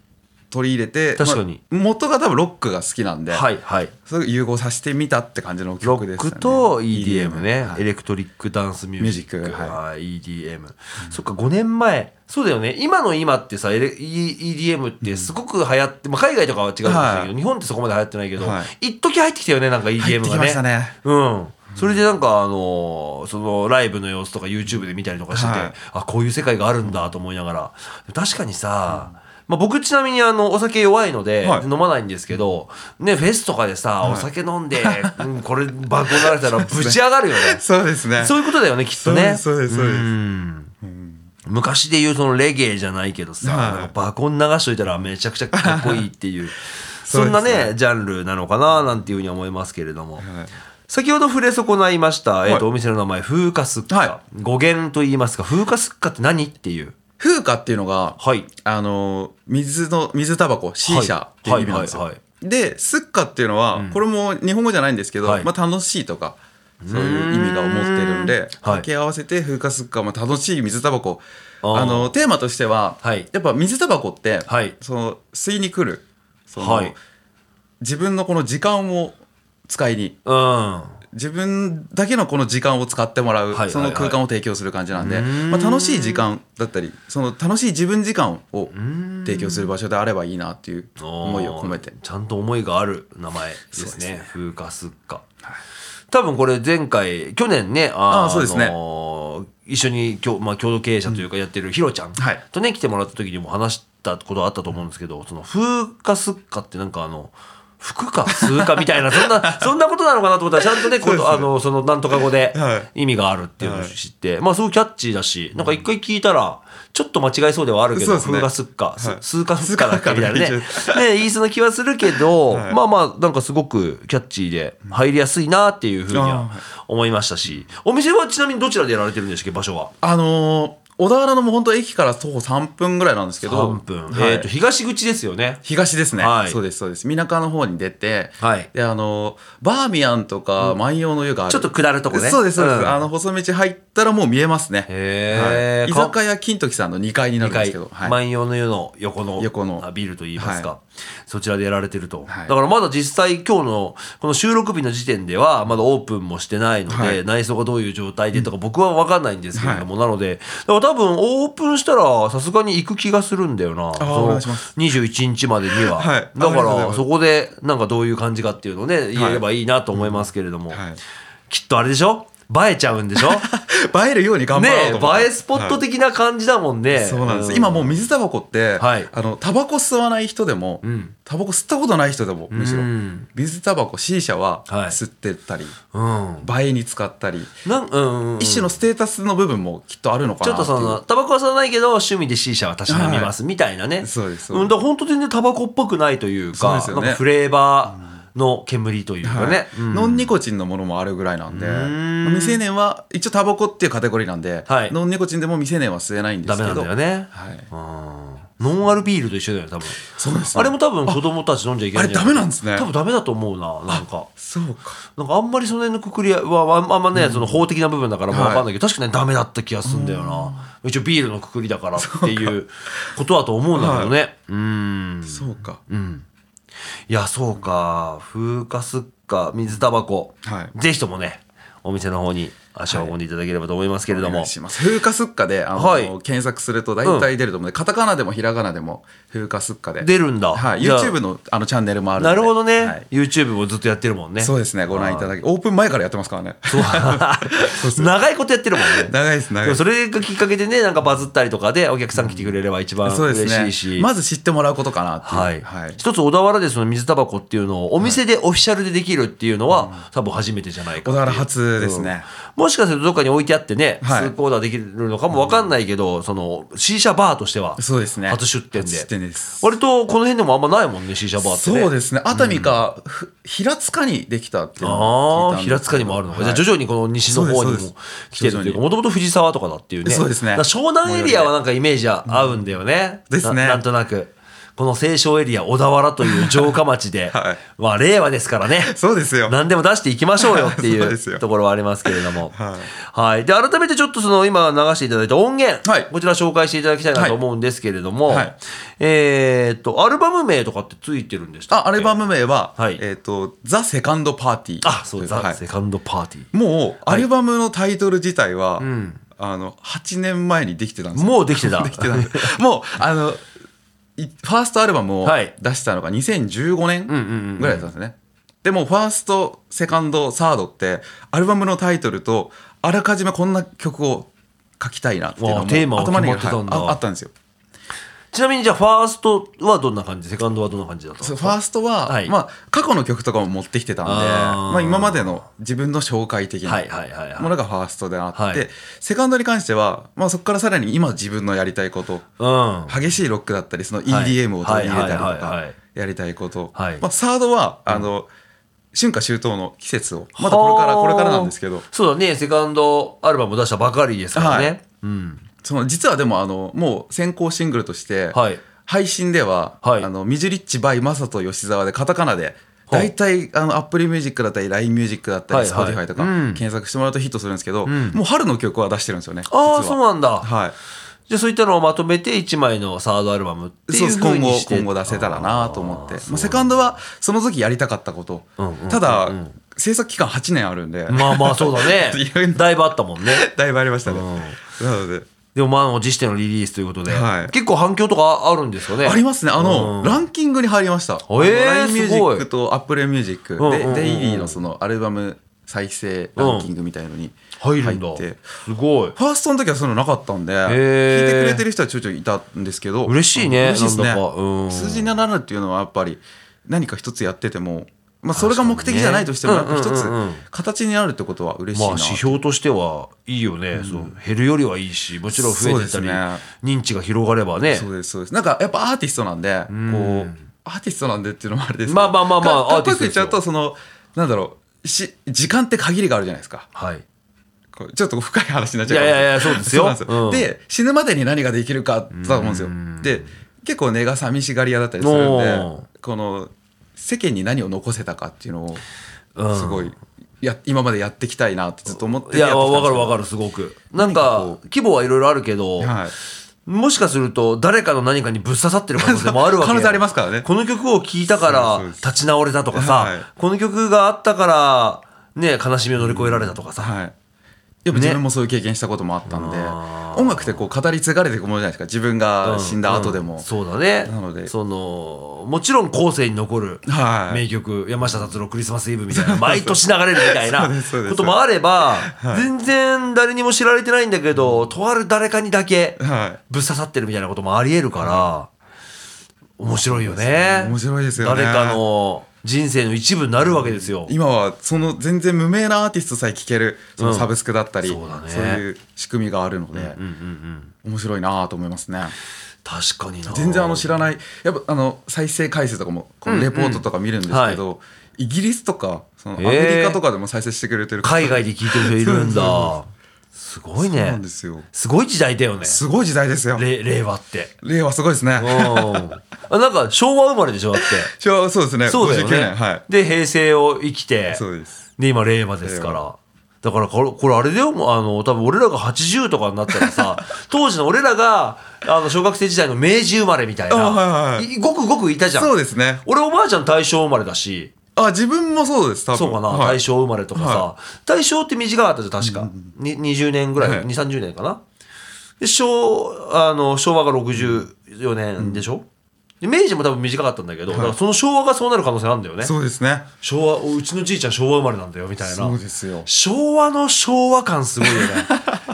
[SPEAKER 2] 取り入れて
[SPEAKER 1] 確かに
[SPEAKER 2] まあ元が多分ロックが好きなんで、
[SPEAKER 1] はいはい。
[SPEAKER 2] それを融合させてみたって感じの
[SPEAKER 1] ロ
[SPEAKER 2] 曲で
[SPEAKER 1] ッ
[SPEAKER 2] したね
[SPEAKER 1] クと EDM ね、
[SPEAKER 2] はい
[SPEAKER 1] エレクトリックダンスミュージック
[SPEAKER 2] ミュージックは
[SPEAKER 1] はい EDM、そっか5年前そうだよね今の今ってさエレ E- EDM ってすごく流行って、まあ、海外とかは違うんですけど、
[SPEAKER 2] はい
[SPEAKER 1] 日本ってそこまで流行ってないけど、
[SPEAKER 2] は
[SPEAKER 1] 一時入ってきたよねなんか EDM がね
[SPEAKER 2] 入ってきましたね
[SPEAKER 1] うんそれでなんかあのーそのライブの様子とか YouTube で見たりとかしてて、
[SPEAKER 2] はい
[SPEAKER 1] あこういう世界があるんだと思いながら確かにさ、まあ、僕ちなみにあのお酒弱いので
[SPEAKER 2] はい
[SPEAKER 1] 飲まないんですけど、ね、フェスとかでさ、お酒飲んで、 うんこれ爆音流れたらぶち上がるよね
[SPEAKER 2] そうですね
[SPEAKER 1] そういうことだよねきっとね
[SPEAKER 2] そうですそうですそうです
[SPEAKER 1] ん昔で言うそのレゲエじゃないけどさ、
[SPEAKER 2] はい
[SPEAKER 1] なんかバコン流しといたらめちゃくちゃかっこいいっていう
[SPEAKER 2] そ
[SPEAKER 1] そう
[SPEAKER 2] ですね
[SPEAKER 1] んなねジャンルなのかななんていうふうに思いますけれども、
[SPEAKER 2] はい
[SPEAKER 1] 先ほど触れ損ないました、えー、と
[SPEAKER 2] は
[SPEAKER 1] お店の名前風化すっか、
[SPEAKER 2] は
[SPEAKER 1] 語源と言いますか風化すっかって何っていう
[SPEAKER 2] 風化っていうのが、
[SPEAKER 1] はい
[SPEAKER 2] あの水の水タバコ C 社っていう意味なんですよ、
[SPEAKER 1] はいはい
[SPEAKER 2] でスッカっていうのは、これも日本語じゃないんですけど、
[SPEAKER 1] はい
[SPEAKER 2] まあ、楽しいとかそういう意味が思ってるん
[SPEAKER 1] うーんはい
[SPEAKER 2] で掛け合わせて風化スッカも楽しい水タバコ
[SPEAKER 1] あー
[SPEAKER 2] あのテーマとしては、
[SPEAKER 1] はい
[SPEAKER 2] やっぱ水タバコって、
[SPEAKER 1] はい
[SPEAKER 2] その吸いに来るその、
[SPEAKER 1] はい
[SPEAKER 2] 自分のこの時間を使いに
[SPEAKER 1] う
[SPEAKER 2] 自分だけのこの時間を使ってもらう、
[SPEAKER 1] はいはいはい
[SPEAKER 2] その空間を提供する感じなんで、
[SPEAKER 1] うーん
[SPEAKER 2] まあ、楽しい時間だったりその楽しい自分時間を提供する場所であればいいなっていうん思いを込めて
[SPEAKER 1] ちゃんと思いがある名前ですね
[SPEAKER 2] そうですね
[SPEAKER 1] 風化すっか、多分これ前回去年ねあ
[SPEAKER 2] あーそうですね
[SPEAKER 1] の一緒にきょ、まあ、共同経営者というかやってるヒロちゃん
[SPEAKER 2] はい
[SPEAKER 1] とね、来てもらった時にも話したことあったと思うんですけどその風化すっかってなんかあの服か数かみたいなそん なそんなことなのかなと思ったらちゃんとねこ
[SPEAKER 2] そうです
[SPEAKER 1] と
[SPEAKER 2] ね
[SPEAKER 1] あのそのなんとか語で
[SPEAKER 2] は
[SPEAKER 1] 意味があるっていうのを知って、まあすごいキャッチーだしなんか一回聞いたらちょっと間違えそうではあるけ
[SPEAKER 2] そ
[SPEAKER 1] ど
[SPEAKER 2] うですね
[SPEAKER 1] 風がすっか、す
[SPEAKER 2] はい
[SPEAKER 1] 数かすっかだっけみたいなね
[SPEAKER 2] 数か
[SPEAKER 1] ね言いそうな気はするけど、
[SPEAKER 2] はい
[SPEAKER 1] まあまあなんかすごくキャッチーで入りやすいなっていうふうには思いましたしお店はちなみにどちらでやられてるんですか場所は
[SPEAKER 2] あのー小田原のもう本当駅から徒歩3分ぐらいなんですけど
[SPEAKER 1] 3分、
[SPEAKER 2] はい
[SPEAKER 1] えー、と東口ですよね
[SPEAKER 2] 東ですね、
[SPEAKER 1] はい
[SPEAKER 2] そうですそうですみなかの方に出て、
[SPEAKER 1] はい
[SPEAKER 2] であのーバーミヤンとか万葉の湯がある、
[SPEAKER 1] ちょっと下るとこね
[SPEAKER 2] そうですそうです、
[SPEAKER 1] ん
[SPEAKER 2] あの細道入ったらもう見えますね
[SPEAKER 1] へー
[SPEAKER 2] はい、居酒屋金時さんの2階にな
[SPEAKER 1] 2
[SPEAKER 2] るんで
[SPEAKER 1] 階
[SPEAKER 2] すけど、はい、
[SPEAKER 1] 万葉の湯の横の
[SPEAKER 2] 横の
[SPEAKER 1] あビルといいますか、
[SPEAKER 2] は
[SPEAKER 1] そちらでやられてると、
[SPEAKER 2] はい
[SPEAKER 1] だからまだ実際今日のこの収録日の時点ではまだオープンもしてないので、
[SPEAKER 2] はい
[SPEAKER 1] 内装がどういう状態でとか僕は分かんないんですけれども、なのでだから多分オープンしたらさすがに行く気がするんだよなそ
[SPEAKER 2] お
[SPEAKER 1] の
[SPEAKER 2] 願いします
[SPEAKER 1] 21日までには、
[SPEAKER 2] はい
[SPEAKER 1] だ
[SPEAKER 2] あり
[SPEAKER 1] か
[SPEAKER 2] がとうございま
[SPEAKER 1] ら
[SPEAKER 2] す
[SPEAKER 1] そこでなんかどういう感じかっていうのをね言えればいいなと思いますけれども、
[SPEAKER 2] はい
[SPEAKER 1] きっとあれでしょ映えちゃうん でしょ
[SPEAKER 2] 映えるように頑
[SPEAKER 1] ね
[SPEAKER 2] 張ろうと思って
[SPEAKER 1] え映えスポット
[SPEAKER 2] はい
[SPEAKER 1] 的な感じだもんね、
[SPEAKER 2] そうなんです、今もう水タバコって、
[SPEAKER 1] はい
[SPEAKER 2] あのタバコ吸わない人でも、
[SPEAKER 1] ん
[SPEAKER 2] タバコ吸ったことない人でもむしろ、
[SPEAKER 1] うん
[SPEAKER 2] 水タバコ C 社は
[SPEAKER 1] はい
[SPEAKER 2] 吸ってたり、
[SPEAKER 1] うん
[SPEAKER 2] 倍に使ったり、
[SPEAKER 1] なんうん、うん、
[SPEAKER 2] 一種のステータスの部分もきっとあるのか
[SPEAKER 1] ちょっ
[SPEAKER 2] なってい
[SPEAKER 1] と
[SPEAKER 2] う
[SPEAKER 1] そのタバコは吸わないけど趣味で C 社はたしなみますみたいなね、
[SPEAKER 2] そうですそう
[SPEAKER 1] う
[SPEAKER 2] です
[SPEAKER 1] ん、だから本当全然タバコっぽくないというか
[SPEAKER 2] そうですよね
[SPEAKER 1] なんかフレーバーの煙というかね、
[SPEAKER 2] はい
[SPEAKER 1] うん
[SPEAKER 2] ノンニコチンのものもあるぐらいなんで
[SPEAKER 1] ん
[SPEAKER 2] 未成年は一応タバコっていうカテゴリーなんで、
[SPEAKER 1] はい
[SPEAKER 2] ノンニコチンでも未成年は吸えないんで
[SPEAKER 1] ダ
[SPEAKER 2] す
[SPEAKER 1] メ
[SPEAKER 2] け
[SPEAKER 1] なん
[SPEAKER 2] ど
[SPEAKER 1] だよね、
[SPEAKER 2] はい、
[SPEAKER 1] うんノンアルビールと一緒だよね多分
[SPEAKER 2] そうですよ
[SPEAKER 1] あれも多分子供たち飲んじゃいけないじゃ
[SPEAKER 2] あれダメなんですね
[SPEAKER 1] 多分ダメだと思うななんか
[SPEAKER 2] そうか
[SPEAKER 1] なんかあんまりその辺のくくりはあんあんまね、その法的な部分だからもう分かんないけど、確かにダメだった気がするんだよな一応ビールのくくりだからっていうことだと思うんだけどね、うん
[SPEAKER 2] そうか、
[SPEAKER 1] うん。いや、そうか。風化すっか、水タバコ。
[SPEAKER 2] はい
[SPEAKER 1] ぜひともね、お店の方に足を運んでいただければと思いますけれど
[SPEAKER 2] お
[SPEAKER 1] も。
[SPEAKER 2] 願いします風化すっかであの、
[SPEAKER 1] はい
[SPEAKER 2] 検索すると大体出ると思うんで、カタカナでもひらがなでも風化すっかで
[SPEAKER 1] 出るんだ。
[SPEAKER 2] はい、
[SPEAKER 1] じゃあ
[SPEAKER 2] YouTube のあのチャンネルもあるんで
[SPEAKER 1] なるほどね、
[SPEAKER 2] はい
[SPEAKER 1] YouTube もずっとやってるもんね。
[SPEAKER 2] そうですねご覧いただきオープン前からやってますからね
[SPEAKER 1] 長いことやってるもんね。
[SPEAKER 2] 長いです長
[SPEAKER 1] で
[SPEAKER 2] いで
[SPEAKER 1] も
[SPEAKER 2] す
[SPEAKER 1] それがきっかけでね、なんかバズったりとかで、お客さん来てくれれば一番
[SPEAKER 2] そうです
[SPEAKER 1] 嬉し
[SPEAKER 2] ね
[SPEAKER 1] いし。
[SPEAKER 2] まず知ってもらうことかなっていう
[SPEAKER 1] はい、
[SPEAKER 2] はい、
[SPEAKER 1] 一つ小田原でその水タバコっていうのをお店でオフィシャルでできるっていうのは、多分初めてじゃないか
[SPEAKER 2] 小田原初ですね、
[SPEAKER 1] もしかするとどっかに置いてあってね、
[SPEAKER 2] はい
[SPEAKER 1] 通行だできるのかもわかんないけど、その、シーシャバーとしては、
[SPEAKER 2] そうですね
[SPEAKER 1] 初出店で。
[SPEAKER 2] 初出店です
[SPEAKER 1] 割とこの辺でもあんまないもんね、シーシャバーってね。
[SPEAKER 2] そうですね熱海か、ふ平塚にできたっていうのを
[SPEAKER 1] あ
[SPEAKER 2] 聞い
[SPEAKER 1] あ、
[SPEAKER 2] たんです
[SPEAKER 1] 平塚
[SPEAKER 2] けど
[SPEAKER 1] にもあるのか。
[SPEAKER 2] はい
[SPEAKER 1] じゃあ徐々にこの西の方に
[SPEAKER 2] そう
[SPEAKER 1] も
[SPEAKER 2] ですそうです
[SPEAKER 1] 来てるという
[SPEAKER 2] 徐々
[SPEAKER 1] か、
[SPEAKER 2] に
[SPEAKER 1] もともと藤沢とかだっていうね。
[SPEAKER 2] そうです
[SPEAKER 1] だ
[SPEAKER 2] ね
[SPEAKER 1] から湘南エリアはなんかイメージは合うんだよね。
[SPEAKER 2] うんですね
[SPEAKER 1] ななんとなく。この清少エリア、小田原という城下町で、
[SPEAKER 2] はい
[SPEAKER 1] まあ令和ですからね。
[SPEAKER 2] そうですよ
[SPEAKER 1] 何でも出していきましょう よってい
[SPEAKER 2] そうです
[SPEAKER 1] う
[SPEAKER 2] よ
[SPEAKER 1] ところはありますけれども。
[SPEAKER 2] はい
[SPEAKER 1] はい。で、改めてちょっとその今流していただいた音源、
[SPEAKER 2] はい
[SPEAKER 1] こちら紹介していただきたいな
[SPEAKER 2] はい
[SPEAKER 1] と思うんですけれども、
[SPEAKER 2] はい
[SPEAKER 1] えーっと、アルバム名とかってついてるんでしたっけ
[SPEAKER 2] あアルバム名は、
[SPEAKER 1] はい
[SPEAKER 2] えっ、と「ザ・セカンド・パーティー」
[SPEAKER 1] あ、そうです。
[SPEAKER 2] はい
[SPEAKER 1] セカンドパーティー。
[SPEAKER 2] もうアルバムのタイトル自体は、
[SPEAKER 1] ん
[SPEAKER 2] あの8年前にできてたんですよ
[SPEAKER 1] もうできてた。
[SPEAKER 2] できてたんです もうあのいファーストアルバムを
[SPEAKER 1] はい
[SPEAKER 2] 出したのが2015
[SPEAKER 1] んうんうん
[SPEAKER 2] 年ぐらいだったんですね、でもファーストセカンドサードってアルバムのタイトルとあらかじめこんな曲を書きたいなっていうの
[SPEAKER 1] わあ
[SPEAKER 2] も
[SPEAKER 1] テーマは
[SPEAKER 2] 頭に
[SPEAKER 1] 決まってたんだ
[SPEAKER 2] はいああったんですよ
[SPEAKER 1] ちなみにじゃあ、ファーストはどんな感じセカンドはどんな感じだったんです
[SPEAKER 2] そう
[SPEAKER 1] か
[SPEAKER 2] ファーストは、
[SPEAKER 1] はい
[SPEAKER 2] まあ、過去の曲とかも持ってきてたんで
[SPEAKER 1] あー
[SPEAKER 2] まあ、今までの自分の紹介的な
[SPEAKER 1] はいはいはいはい
[SPEAKER 2] ものがファーストであって、
[SPEAKER 1] はい
[SPEAKER 2] セカンドに関しては、まあ、そこからさらに今自分のやりたいこと
[SPEAKER 1] うん。
[SPEAKER 2] 激しいロックだったりその
[SPEAKER 1] はい
[SPEAKER 2] EDM を取り入れたりと
[SPEAKER 1] はいはいはいは
[SPEAKER 2] か
[SPEAKER 1] い
[SPEAKER 2] やりたいこと、
[SPEAKER 1] はい
[SPEAKER 2] まあ、サードはあの春夏秋冬の季節をまだこれか
[SPEAKER 1] は
[SPEAKER 2] ら
[SPEAKER 1] ー
[SPEAKER 2] これからなんですけど
[SPEAKER 1] そうだね、セカンドアルバム出したばかりですからね。
[SPEAKER 2] はい
[SPEAKER 1] うん。
[SPEAKER 2] その実はでもあのもう先行シングルとして、
[SPEAKER 1] はい
[SPEAKER 2] 配信では、
[SPEAKER 1] はい
[SPEAKER 2] あのミジュリッチ by マサト吉沢でカタカナで
[SPEAKER 1] ほう
[SPEAKER 2] 大体あの Apple Music だったり LINE Music だったり
[SPEAKER 1] はいはい
[SPEAKER 2] Spotify とか
[SPEAKER 1] うん
[SPEAKER 2] 検索してもらうとヒットするんですけど、
[SPEAKER 1] ん
[SPEAKER 2] もう春の曲は出してるんですよね
[SPEAKER 1] ああ、
[SPEAKER 2] 実
[SPEAKER 1] そう
[SPEAKER 2] は
[SPEAKER 1] なんだ。
[SPEAKER 2] はい
[SPEAKER 1] じゃあそういったのをまとめて1枚のサードアルバムってい
[SPEAKER 2] そ
[SPEAKER 1] うう
[SPEAKER 2] です
[SPEAKER 1] 風
[SPEAKER 2] 今後
[SPEAKER 1] にして
[SPEAKER 2] 今後出せたらなと思って
[SPEAKER 1] あー
[SPEAKER 2] まあ、セカンドはその時やりたかったこと、
[SPEAKER 1] うんうんうんうん
[SPEAKER 2] ただ制作期間8年あるんで、
[SPEAKER 1] まあまあそうだ
[SPEAKER 2] いろいろ
[SPEAKER 1] ねだいぶあったもんね
[SPEAKER 2] だいぶありましたね、
[SPEAKER 1] う
[SPEAKER 2] なので
[SPEAKER 1] でも満を持してのリリースということで、
[SPEAKER 2] はい
[SPEAKER 1] 結構反響とかあるんですよね
[SPEAKER 2] ありますねあ
[SPEAKER 1] う
[SPEAKER 2] の、
[SPEAKER 1] ん
[SPEAKER 2] ランキングに入りました、
[SPEAKER 1] ー
[SPEAKER 2] あの LINE ミュージ
[SPEAKER 1] すご
[SPEAKER 2] ッ
[SPEAKER 1] い
[SPEAKER 2] クと Apple Music で、
[SPEAKER 1] うんうんうんうん
[SPEAKER 2] デイリーのそのアルバム再生ランキングみたいのに
[SPEAKER 1] 入
[SPEAKER 2] 入って、
[SPEAKER 1] るんだすごい
[SPEAKER 2] ファーストの時はそういうのなかったんで聴い
[SPEAKER 1] ー
[SPEAKER 2] てくれてる人はちょいちょいいたんですけど
[SPEAKER 1] 嬉しいね
[SPEAKER 2] 嬉しいですね
[SPEAKER 1] なんだかうん
[SPEAKER 2] 数字にならないっていうのはやっぱり何か一つやってても、まあ、それが目的じゃないとしてもやっ
[SPEAKER 1] 確か
[SPEAKER 2] ぱ
[SPEAKER 1] にね
[SPEAKER 2] 一つ
[SPEAKER 1] うんうんうん
[SPEAKER 2] 形になるってことは嬉しい
[SPEAKER 1] まあ
[SPEAKER 2] な、
[SPEAKER 1] 指標としてはいいよね、そう減るよりはいいしもちろん増えてたり、
[SPEAKER 2] そうですね
[SPEAKER 1] 認知が広がればね
[SPEAKER 2] そうですそうですなんかやっぱアーティストなんでこうアーティストなんでっていうのもあれですけど
[SPEAKER 1] まあまあまあまあ
[SPEAKER 2] かかっこよく
[SPEAKER 1] アーティ
[SPEAKER 2] 言っ
[SPEAKER 1] ストです
[SPEAKER 2] ち
[SPEAKER 1] よ
[SPEAKER 2] ゃうとそのなんだろうし時間って限りがあるじゃないですか
[SPEAKER 1] はい
[SPEAKER 2] こうちょっと深い話になっちゃうかも
[SPEAKER 1] いやいやいやそうですよ
[SPEAKER 2] なんですよ
[SPEAKER 1] うん
[SPEAKER 2] で死ぬまでに何ができるかだと思うんですよで結構根が寂しがり屋だったりするん
[SPEAKER 1] おー
[SPEAKER 2] でこの世間に何を残せたかっていうのを
[SPEAKER 1] うん
[SPEAKER 2] すごいや今までやっていきたいなってずっと思って
[SPEAKER 1] いやわかるわか
[SPEAKER 2] る
[SPEAKER 1] るすごくなんか規模はいろいろあるけど、
[SPEAKER 2] はい
[SPEAKER 1] もしかすると誰かの何かにぶっ刺さってる可能性もあるわけ
[SPEAKER 2] 可能性ありますからね
[SPEAKER 1] この曲を聴いたか
[SPEAKER 2] そう
[SPEAKER 1] ら
[SPEAKER 2] です
[SPEAKER 1] 立ち直れたとかさ、
[SPEAKER 2] はい
[SPEAKER 1] この曲があったからね悲しみを乗り越えられたとかさ、
[SPEAKER 2] はい、やっぱ自分もそういう経験したこともあったんで、
[SPEAKER 1] あー
[SPEAKER 2] 音楽ってこう語り継がれていくものじゃないですか自分が死んだ後で
[SPEAKER 1] う
[SPEAKER 2] も、
[SPEAKER 1] んそうだね
[SPEAKER 2] なので
[SPEAKER 1] そのもちろん後世に残る
[SPEAKER 2] はい
[SPEAKER 1] 名曲、山下達郎クリスマスイブみたい な毎年流れるみたいな
[SPEAKER 2] そうですそうです
[SPEAKER 1] こともあれば、全然誰にも知られてないんだけどとある誰かにだけ
[SPEAKER 2] は
[SPEAKER 1] ぶっ刺さってるみたいなこともありえるから、面白いよね
[SPEAKER 2] 面白いですよね
[SPEAKER 1] 誰かの人生の一部になるわけですよ
[SPEAKER 2] い、今はその全然無名なアーティストさえ聴けるそのサブスクだったり、
[SPEAKER 1] うんそうだね
[SPEAKER 2] いう仕組みがあるので、面白いなと思いますね
[SPEAKER 1] 確かにな
[SPEAKER 2] 全然あの知らないやっぱあの再生回数とかもこのレポートとか見るんですけど、イギリスとかそのアメリカとかでも再生してくれてる方
[SPEAKER 1] 海外で聴いてる人いるん だすごい
[SPEAKER 2] そうな
[SPEAKER 1] ね
[SPEAKER 2] んですよ
[SPEAKER 1] すごい時代だよね
[SPEAKER 2] すごい時代ですよ
[SPEAKER 1] れ令和って。
[SPEAKER 2] 令和すごいですね
[SPEAKER 1] うん。あなんか昭和生まれでしょだ って。
[SPEAKER 2] 昭和そうですね
[SPEAKER 1] そうだよ
[SPEAKER 2] 59
[SPEAKER 1] ね。
[SPEAKER 2] 年はい
[SPEAKER 1] で平成を生きて
[SPEAKER 2] そうです
[SPEAKER 1] で今令和ですか
[SPEAKER 2] 令
[SPEAKER 1] ら。だからこれこれあれだよもうあの多分俺らが80とかになったら さ当時の俺らがあの小学生時代の明治生まれみたいな、
[SPEAKER 2] あはいはいはい
[SPEAKER 1] いごくごくいたじゃん
[SPEAKER 2] そうですね
[SPEAKER 1] 俺おばあちゃん大正生まれだし
[SPEAKER 2] あ自分もそうです多分
[SPEAKER 1] そうかな、
[SPEAKER 2] はい
[SPEAKER 1] 大正生まれとかさ、
[SPEAKER 2] は
[SPEAKER 1] 大正って短かったじゃん確か、に20年ぐらい、
[SPEAKER 2] は
[SPEAKER 1] 2
[SPEAKER 2] い
[SPEAKER 1] 3 0年かなで昭あの昭和が64年でしょ、で明治も多分短かったんだけど、だからその昭和がそうなる可能性あるんだよね
[SPEAKER 2] そうですね
[SPEAKER 1] 昭和おうちのじいちゃん昭和生まれなんだよみたいな
[SPEAKER 2] そうですよ
[SPEAKER 1] 昭和の昭和感すごいよ ね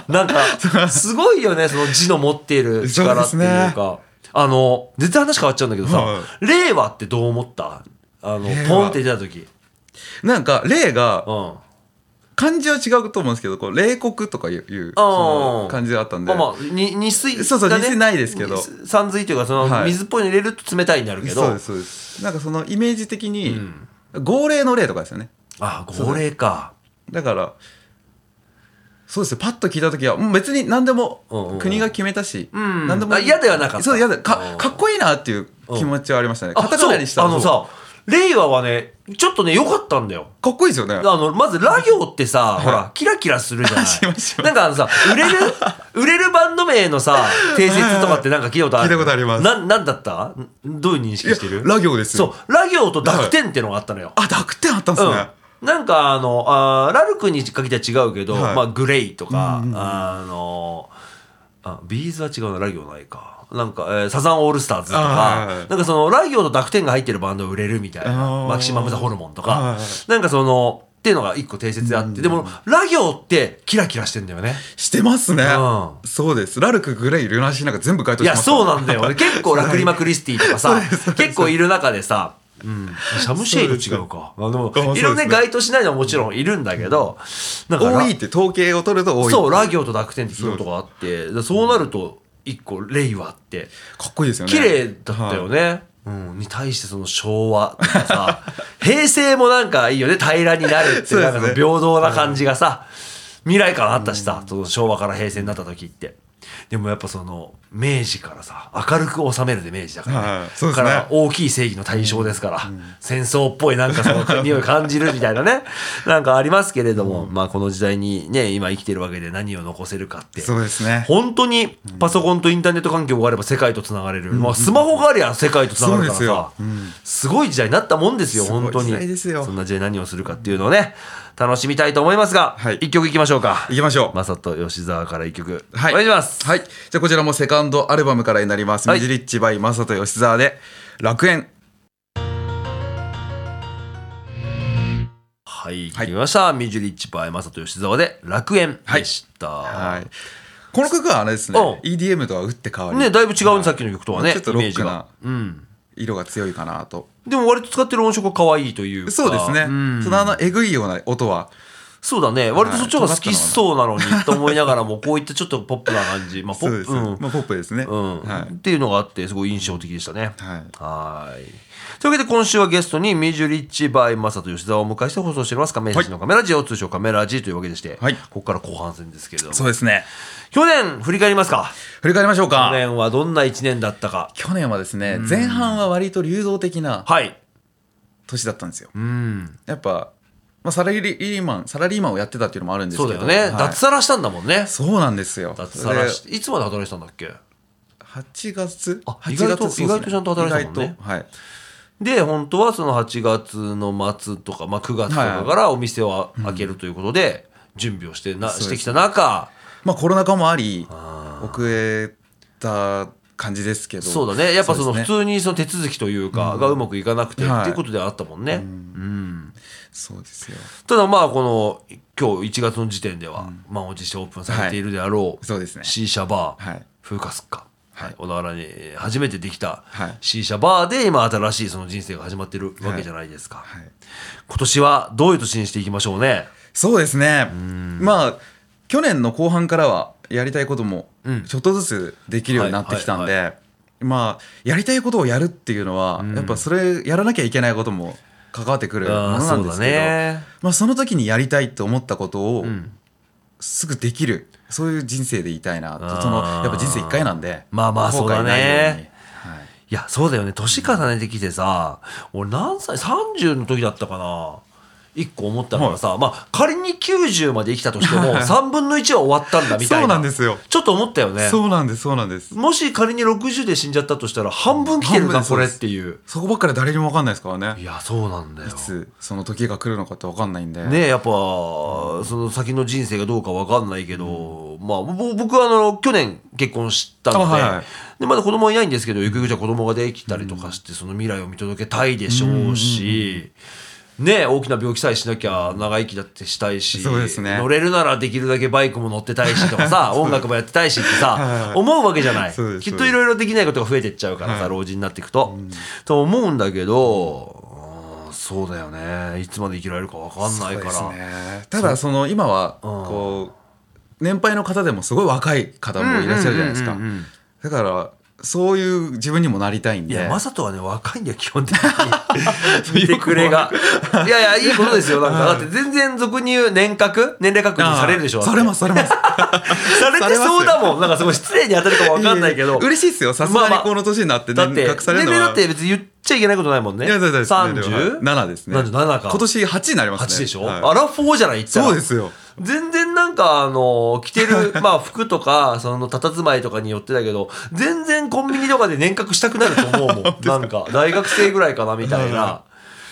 [SPEAKER 1] なんかすごいよねその字の持っている力っていう
[SPEAKER 2] そ
[SPEAKER 1] かあの絶対話変わっちゃうんだけどさ、
[SPEAKER 2] は
[SPEAKER 1] 令和ってどう思ったあの
[SPEAKER 2] 令和
[SPEAKER 1] ポンって出た時
[SPEAKER 2] なんか令が
[SPEAKER 1] うん
[SPEAKER 2] 漢字は違うと思うんですけどこう冷酷とかいういうその漢字があったんで
[SPEAKER 1] まあまあ、に二水
[SPEAKER 2] そうそう
[SPEAKER 1] だね
[SPEAKER 2] 二水ないですけど
[SPEAKER 1] に三水というか、その
[SPEAKER 2] はい
[SPEAKER 1] 水っぽいの入れると冷たいになるけど。
[SPEAKER 2] そうですそうですなんかそのイメージ的に号令の令とかですよね
[SPEAKER 1] あ、号令か。
[SPEAKER 2] だからそうですよパッと聞いた時はもう別に何で
[SPEAKER 1] うんうんう
[SPEAKER 2] も
[SPEAKER 1] ん
[SPEAKER 2] 国が決めたし
[SPEAKER 1] ん
[SPEAKER 2] 何でも
[SPEAKER 1] あ嫌ではなかった
[SPEAKER 2] そう嫌だ
[SPEAKER 1] うん
[SPEAKER 2] かかっこいいなっていう気持ちはありましたね
[SPEAKER 1] あ
[SPEAKER 2] カタカナにした
[SPEAKER 1] そ
[SPEAKER 2] ら
[SPEAKER 1] うあの
[SPEAKER 2] そう
[SPEAKER 1] さ、令和はね、ちょっとね、良かったんだよ。
[SPEAKER 2] かっこいいですよね
[SPEAKER 1] あの、まず、ラ行ってさ、ほら、キラキラするじゃない
[SPEAKER 2] しますします
[SPEAKER 1] なんかあのさ、売 れる、売れるバンド名のさ、定説とかってなんか聞いたことある
[SPEAKER 2] 聞いたことあります
[SPEAKER 1] な、なんだったんどういう認識して
[SPEAKER 2] いや
[SPEAKER 1] る
[SPEAKER 2] ラ行ですよ
[SPEAKER 1] そう、ラ行と濁点ってのがあったのよ。
[SPEAKER 2] あ濁点あったんですね、
[SPEAKER 1] うん、なんかあのあーラルクに限っては違うけど、
[SPEAKER 2] はい
[SPEAKER 1] まあ、グレイとか、あのあビーズは違うなラ行ないかなんか、えーサザンオールスターズとか、
[SPEAKER 2] あーはいはい
[SPEAKER 1] なんかそのラ行と濁点が入ってるバンドが売れるみたいな
[SPEAKER 2] あー
[SPEAKER 1] マキシマム・ザ・ホルモンとか、
[SPEAKER 2] はいはい
[SPEAKER 1] なんかそのっていうのが一個定説であって、でもラ行ってキラキラしてんだよね。
[SPEAKER 2] してますね、
[SPEAKER 1] う
[SPEAKER 2] そうですラルクグレイルナシーなんか全部該当
[SPEAKER 1] い
[SPEAKER 2] して
[SPEAKER 1] や
[SPEAKER 2] ます
[SPEAKER 1] そうなんだよ
[SPEAKER 2] ね
[SPEAKER 1] 俺結構ラクリマ・クリスティとかさ結構いる中でさ、うん、シャムシェイド違うかあでも
[SPEAKER 2] そうですね
[SPEAKER 1] いろんな該当しないのはもちろんいるんだけど、なんか
[SPEAKER 2] 多
[SPEAKER 1] ら
[SPEAKER 2] いって統計を取ると多い
[SPEAKER 1] そうラ行と濁点って機能とかあってでそうなると一個令和って
[SPEAKER 2] かっこいいですよね
[SPEAKER 1] 綺麗だったよ
[SPEAKER 2] はい
[SPEAKER 1] ね、うん、に対してその昭和とか さ平成もなんかいいよね平らになるって
[SPEAKER 2] そうですね
[SPEAKER 1] なんかその平等な感じがさ、未来感あったしさ、その昭和から平成になった時ってでもやっぱその明治からさ明るく収めるで明治だからね、
[SPEAKER 2] はいそうです
[SPEAKER 1] か
[SPEAKER 2] ね
[SPEAKER 1] ら大きい正義の対象ですから、戦争っぽいなんかその匂い感じるみたいな ねなんかありますけれども、まあこの時代にね今生きてるわけで何を残せるかって
[SPEAKER 2] そうですね
[SPEAKER 1] 本当にパソコンとインターネット環境があれば世界とつながれる、まあ、スマホがありゃ世界とつながるから
[SPEAKER 2] そうです
[SPEAKER 1] さ
[SPEAKER 2] よ
[SPEAKER 1] す,、ごい時代になったもんですよ
[SPEAKER 2] すごい
[SPEAKER 1] 本当に
[SPEAKER 2] 時代ですよ
[SPEAKER 1] そんな時代何をするかっていうのをね楽しみたいと思いますが、
[SPEAKER 2] はい
[SPEAKER 1] 一曲いきましょうか
[SPEAKER 2] いきましょう、
[SPEAKER 1] マサと吉沢から一曲、
[SPEAKER 2] はい
[SPEAKER 1] お願いします
[SPEAKER 2] はいじゃあこちらもセカンドアルバムからになります「
[SPEAKER 1] はい
[SPEAKER 2] ミジリッチ by マサと吉沢」で「楽園
[SPEAKER 1] はい聞きました、ミジュリッチバイマサと吉沢で楽園でした、」
[SPEAKER 2] はいこの曲はあれです
[SPEAKER 1] うん
[SPEAKER 2] ね EDM とは打って変わり、
[SPEAKER 1] ねだいぶ違うね、さっきの曲とはね
[SPEAKER 2] ちょっとロック
[SPEAKER 1] イメージが
[SPEAKER 2] な
[SPEAKER 1] うん
[SPEAKER 2] 色が強いかなと
[SPEAKER 1] でも割と使ってる音色が可愛いというか
[SPEAKER 2] そうですね、
[SPEAKER 1] ん
[SPEAKER 2] そのあのえぐいような音は
[SPEAKER 1] そうだね割とそっちの方が好きそうなのにと思いながらもこういったちょっとポップな感じまあポ
[SPEAKER 2] そう
[SPEAKER 1] ッ
[SPEAKER 2] です、
[SPEAKER 1] プうん
[SPEAKER 2] まあ、ポップですね、
[SPEAKER 1] うん
[SPEAKER 2] は
[SPEAKER 1] っていうのがあってすごい印象的でしたね。
[SPEAKER 2] い、はい
[SPEAKER 1] はいというわけで今週はゲストにミジュリッチバイマサと吉沢をお迎えして放送しておりますカメラジのカメラジを通称カメラジというわけでして、
[SPEAKER 2] はい
[SPEAKER 1] ここから後半戦ですけれども
[SPEAKER 2] そうですね
[SPEAKER 1] 去年振り返りますか
[SPEAKER 2] 振り返りましょう
[SPEAKER 1] 去
[SPEAKER 2] か
[SPEAKER 1] 年はどんな1年だったか
[SPEAKER 2] 去年はですね前半は割と流動的な
[SPEAKER 1] はい
[SPEAKER 2] 年だったんですよ
[SPEAKER 1] うん
[SPEAKER 2] やっぱ、まあ、サラリーマンサラリーマンをやってたっていうのもあるんです
[SPEAKER 1] そ
[SPEAKER 2] け
[SPEAKER 1] う
[SPEAKER 2] ど
[SPEAKER 1] だよね、
[SPEAKER 2] はい
[SPEAKER 1] 脱サラしたんだもんね
[SPEAKER 2] そうなんですよ
[SPEAKER 1] 脱サラしていつまで働いてたんだっけ
[SPEAKER 2] 8月
[SPEAKER 1] あ
[SPEAKER 2] 8
[SPEAKER 1] 意外と
[SPEAKER 2] 月そうですね
[SPEAKER 1] 意外とちゃんと働いてたもんね
[SPEAKER 2] 意外とはい
[SPEAKER 1] で本当はその8月の末とか、まあ、9月とかからお店を開けるということで準備をしてな、
[SPEAKER 2] そうです
[SPEAKER 1] してきた中
[SPEAKER 2] まあコロナ禍もあり
[SPEAKER 1] あ
[SPEAKER 2] 遅れた感じですけど
[SPEAKER 1] そうだねやっぱその
[SPEAKER 2] うで
[SPEAKER 1] 普
[SPEAKER 2] すね
[SPEAKER 1] 通にその手続きというかがうまくいかなくてっ
[SPEAKER 2] はい
[SPEAKER 1] ていうことではあったもんね、うん
[SPEAKER 2] そうですよ
[SPEAKER 1] ただまあこの今日1月の時点では満を持してオープンされているであろう、
[SPEAKER 2] そうですね
[SPEAKER 1] C 社バー、
[SPEAKER 2] はい
[SPEAKER 1] 風化すっか、
[SPEAKER 2] はい
[SPEAKER 1] はい小田原にえー初めてできた
[SPEAKER 2] はい
[SPEAKER 1] C 社バーで今新しいその人生が始まってるわけじゃないですか、
[SPEAKER 2] はい
[SPEAKER 1] 今年はどういう年にしていきましょうね
[SPEAKER 2] そうですねまあ去年の後半からはやりたいことも
[SPEAKER 1] うん
[SPEAKER 2] ちょっとずつできるようになってきたん
[SPEAKER 1] は
[SPEAKER 2] でまあやりたいことをやるっていうのはやっぱそれやらなきゃいけないことも関わってくるも
[SPEAKER 1] あー
[SPEAKER 2] のな
[SPEAKER 1] そ
[SPEAKER 2] ん
[SPEAKER 1] う
[SPEAKER 2] で
[SPEAKER 1] だ
[SPEAKER 2] すけど
[SPEAKER 1] ね
[SPEAKER 2] まあその時にやりたいと思ったことを
[SPEAKER 1] ん
[SPEAKER 2] すぐできるそういう人生でいたいな
[SPEAKER 1] あー
[SPEAKER 2] とそのやっぱ人生一回なんで
[SPEAKER 1] まあまあそうだね
[SPEAKER 2] 後悔ないようにはい
[SPEAKER 1] いやそうだよね年重ねてきてさ俺何歳30の時だったかな1個思ったのがさ、まあ仮に90まで生きたとしても3分の1は終わったんだみたいな
[SPEAKER 2] そうなんですよ
[SPEAKER 1] ちょっと思ったよね
[SPEAKER 2] そうなんですそうなんです
[SPEAKER 1] もし仮に60で死んじゃったとしたら半分来てる
[SPEAKER 2] 半分
[SPEAKER 1] な
[SPEAKER 2] です
[SPEAKER 1] これっていう
[SPEAKER 2] そこばっかり誰にも分かんないですから
[SPEAKER 1] い
[SPEAKER 2] ね
[SPEAKER 1] やそうなんだよ
[SPEAKER 2] いつその時が来るのかって分かんないんで、
[SPEAKER 1] ねえやっぱその先の人生がどうかわかんないけど、まあぼ僕はあの去年結婚したので,、
[SPEAKER 2] あはいはい
[SPEAKER 1] でまだ子供いないんですけどゆくゆくじゃ子供ができたりとかして、その未来を見届けたいでしょうし、ねえ大きな病気さえしなきゃ長生きだってしたいし、
[SPEAKER 2] そうですね
[SPEAKER 1] 乗れるならできるだけバイクも乗ってたいしとか さ音楽もやってたいしってさ思うわけじゃない
[SPEAKER 2] そうで
[SPEAKER 1] き
[SPEAKER 2] す
[SPEAKER 1] っといろいろできないことが増えてっちゃうからさ、老人になっていくと。と思うんだけど。うんそうだよねいつまで生きられるかわかんないから
[SPEAKER 2] そうですねただその今はこう年配の方でもすごい若い方もいらっしゃるじゃないですか、
[SPEAKER 1] うんうんうんうん
[SPEAKER 2] だからそういう自分にもなりたいん
[SPEAKER 1] い
[SPEAKER 2] で
[SPEAKER 1] や、マサトはね、若いんだよ、基本的 に。見てくれが。いやいや、いいことですよ。なんか、だって全然俗に言う年格年齢確認されるでしょ。。
[SPEAKER 2] あーされますすさ れます
[SPEAKER 1] されてそうだもん。なんかすごい失礼に当たるかもわかんないけど。
[SPEAKER 2] 嬉しいですよさすがに
[SPEAKER 1] まあまあ
[SPEAKER 2] この年になって
[SPEAKER 1] だって、
[SPEAKER 2] 年
[SPEAKER 1] 年
[SPEAKER 2] 隠されるの
[SPEAKER 1] 齢
[SPEAKER 2] は、
[SPEAKER 1] だって別に言っちゃいけないことないもんね。
[SPEAKER 2] いやだだだ年齢は
[SPEAKER 1] 30?
[SPEAKER 2] 7ですね
[SPEAKER 1] 77か
[SPEAKER 2] 今年8になりますね
[SPEAKER 1] 8でしょ、
[SPEAKER 2] はい
[SPEAKER 1] アラフォーじゃない言ったら
[SPEAKER 2] そうですよ
[SPEAKER 1] 全然なんかあの着て るまあ服とかその佇まいとかによってだけど全然コンビニとかで年格したくなると 思うもんなんか大学生ぐらいかなみたいな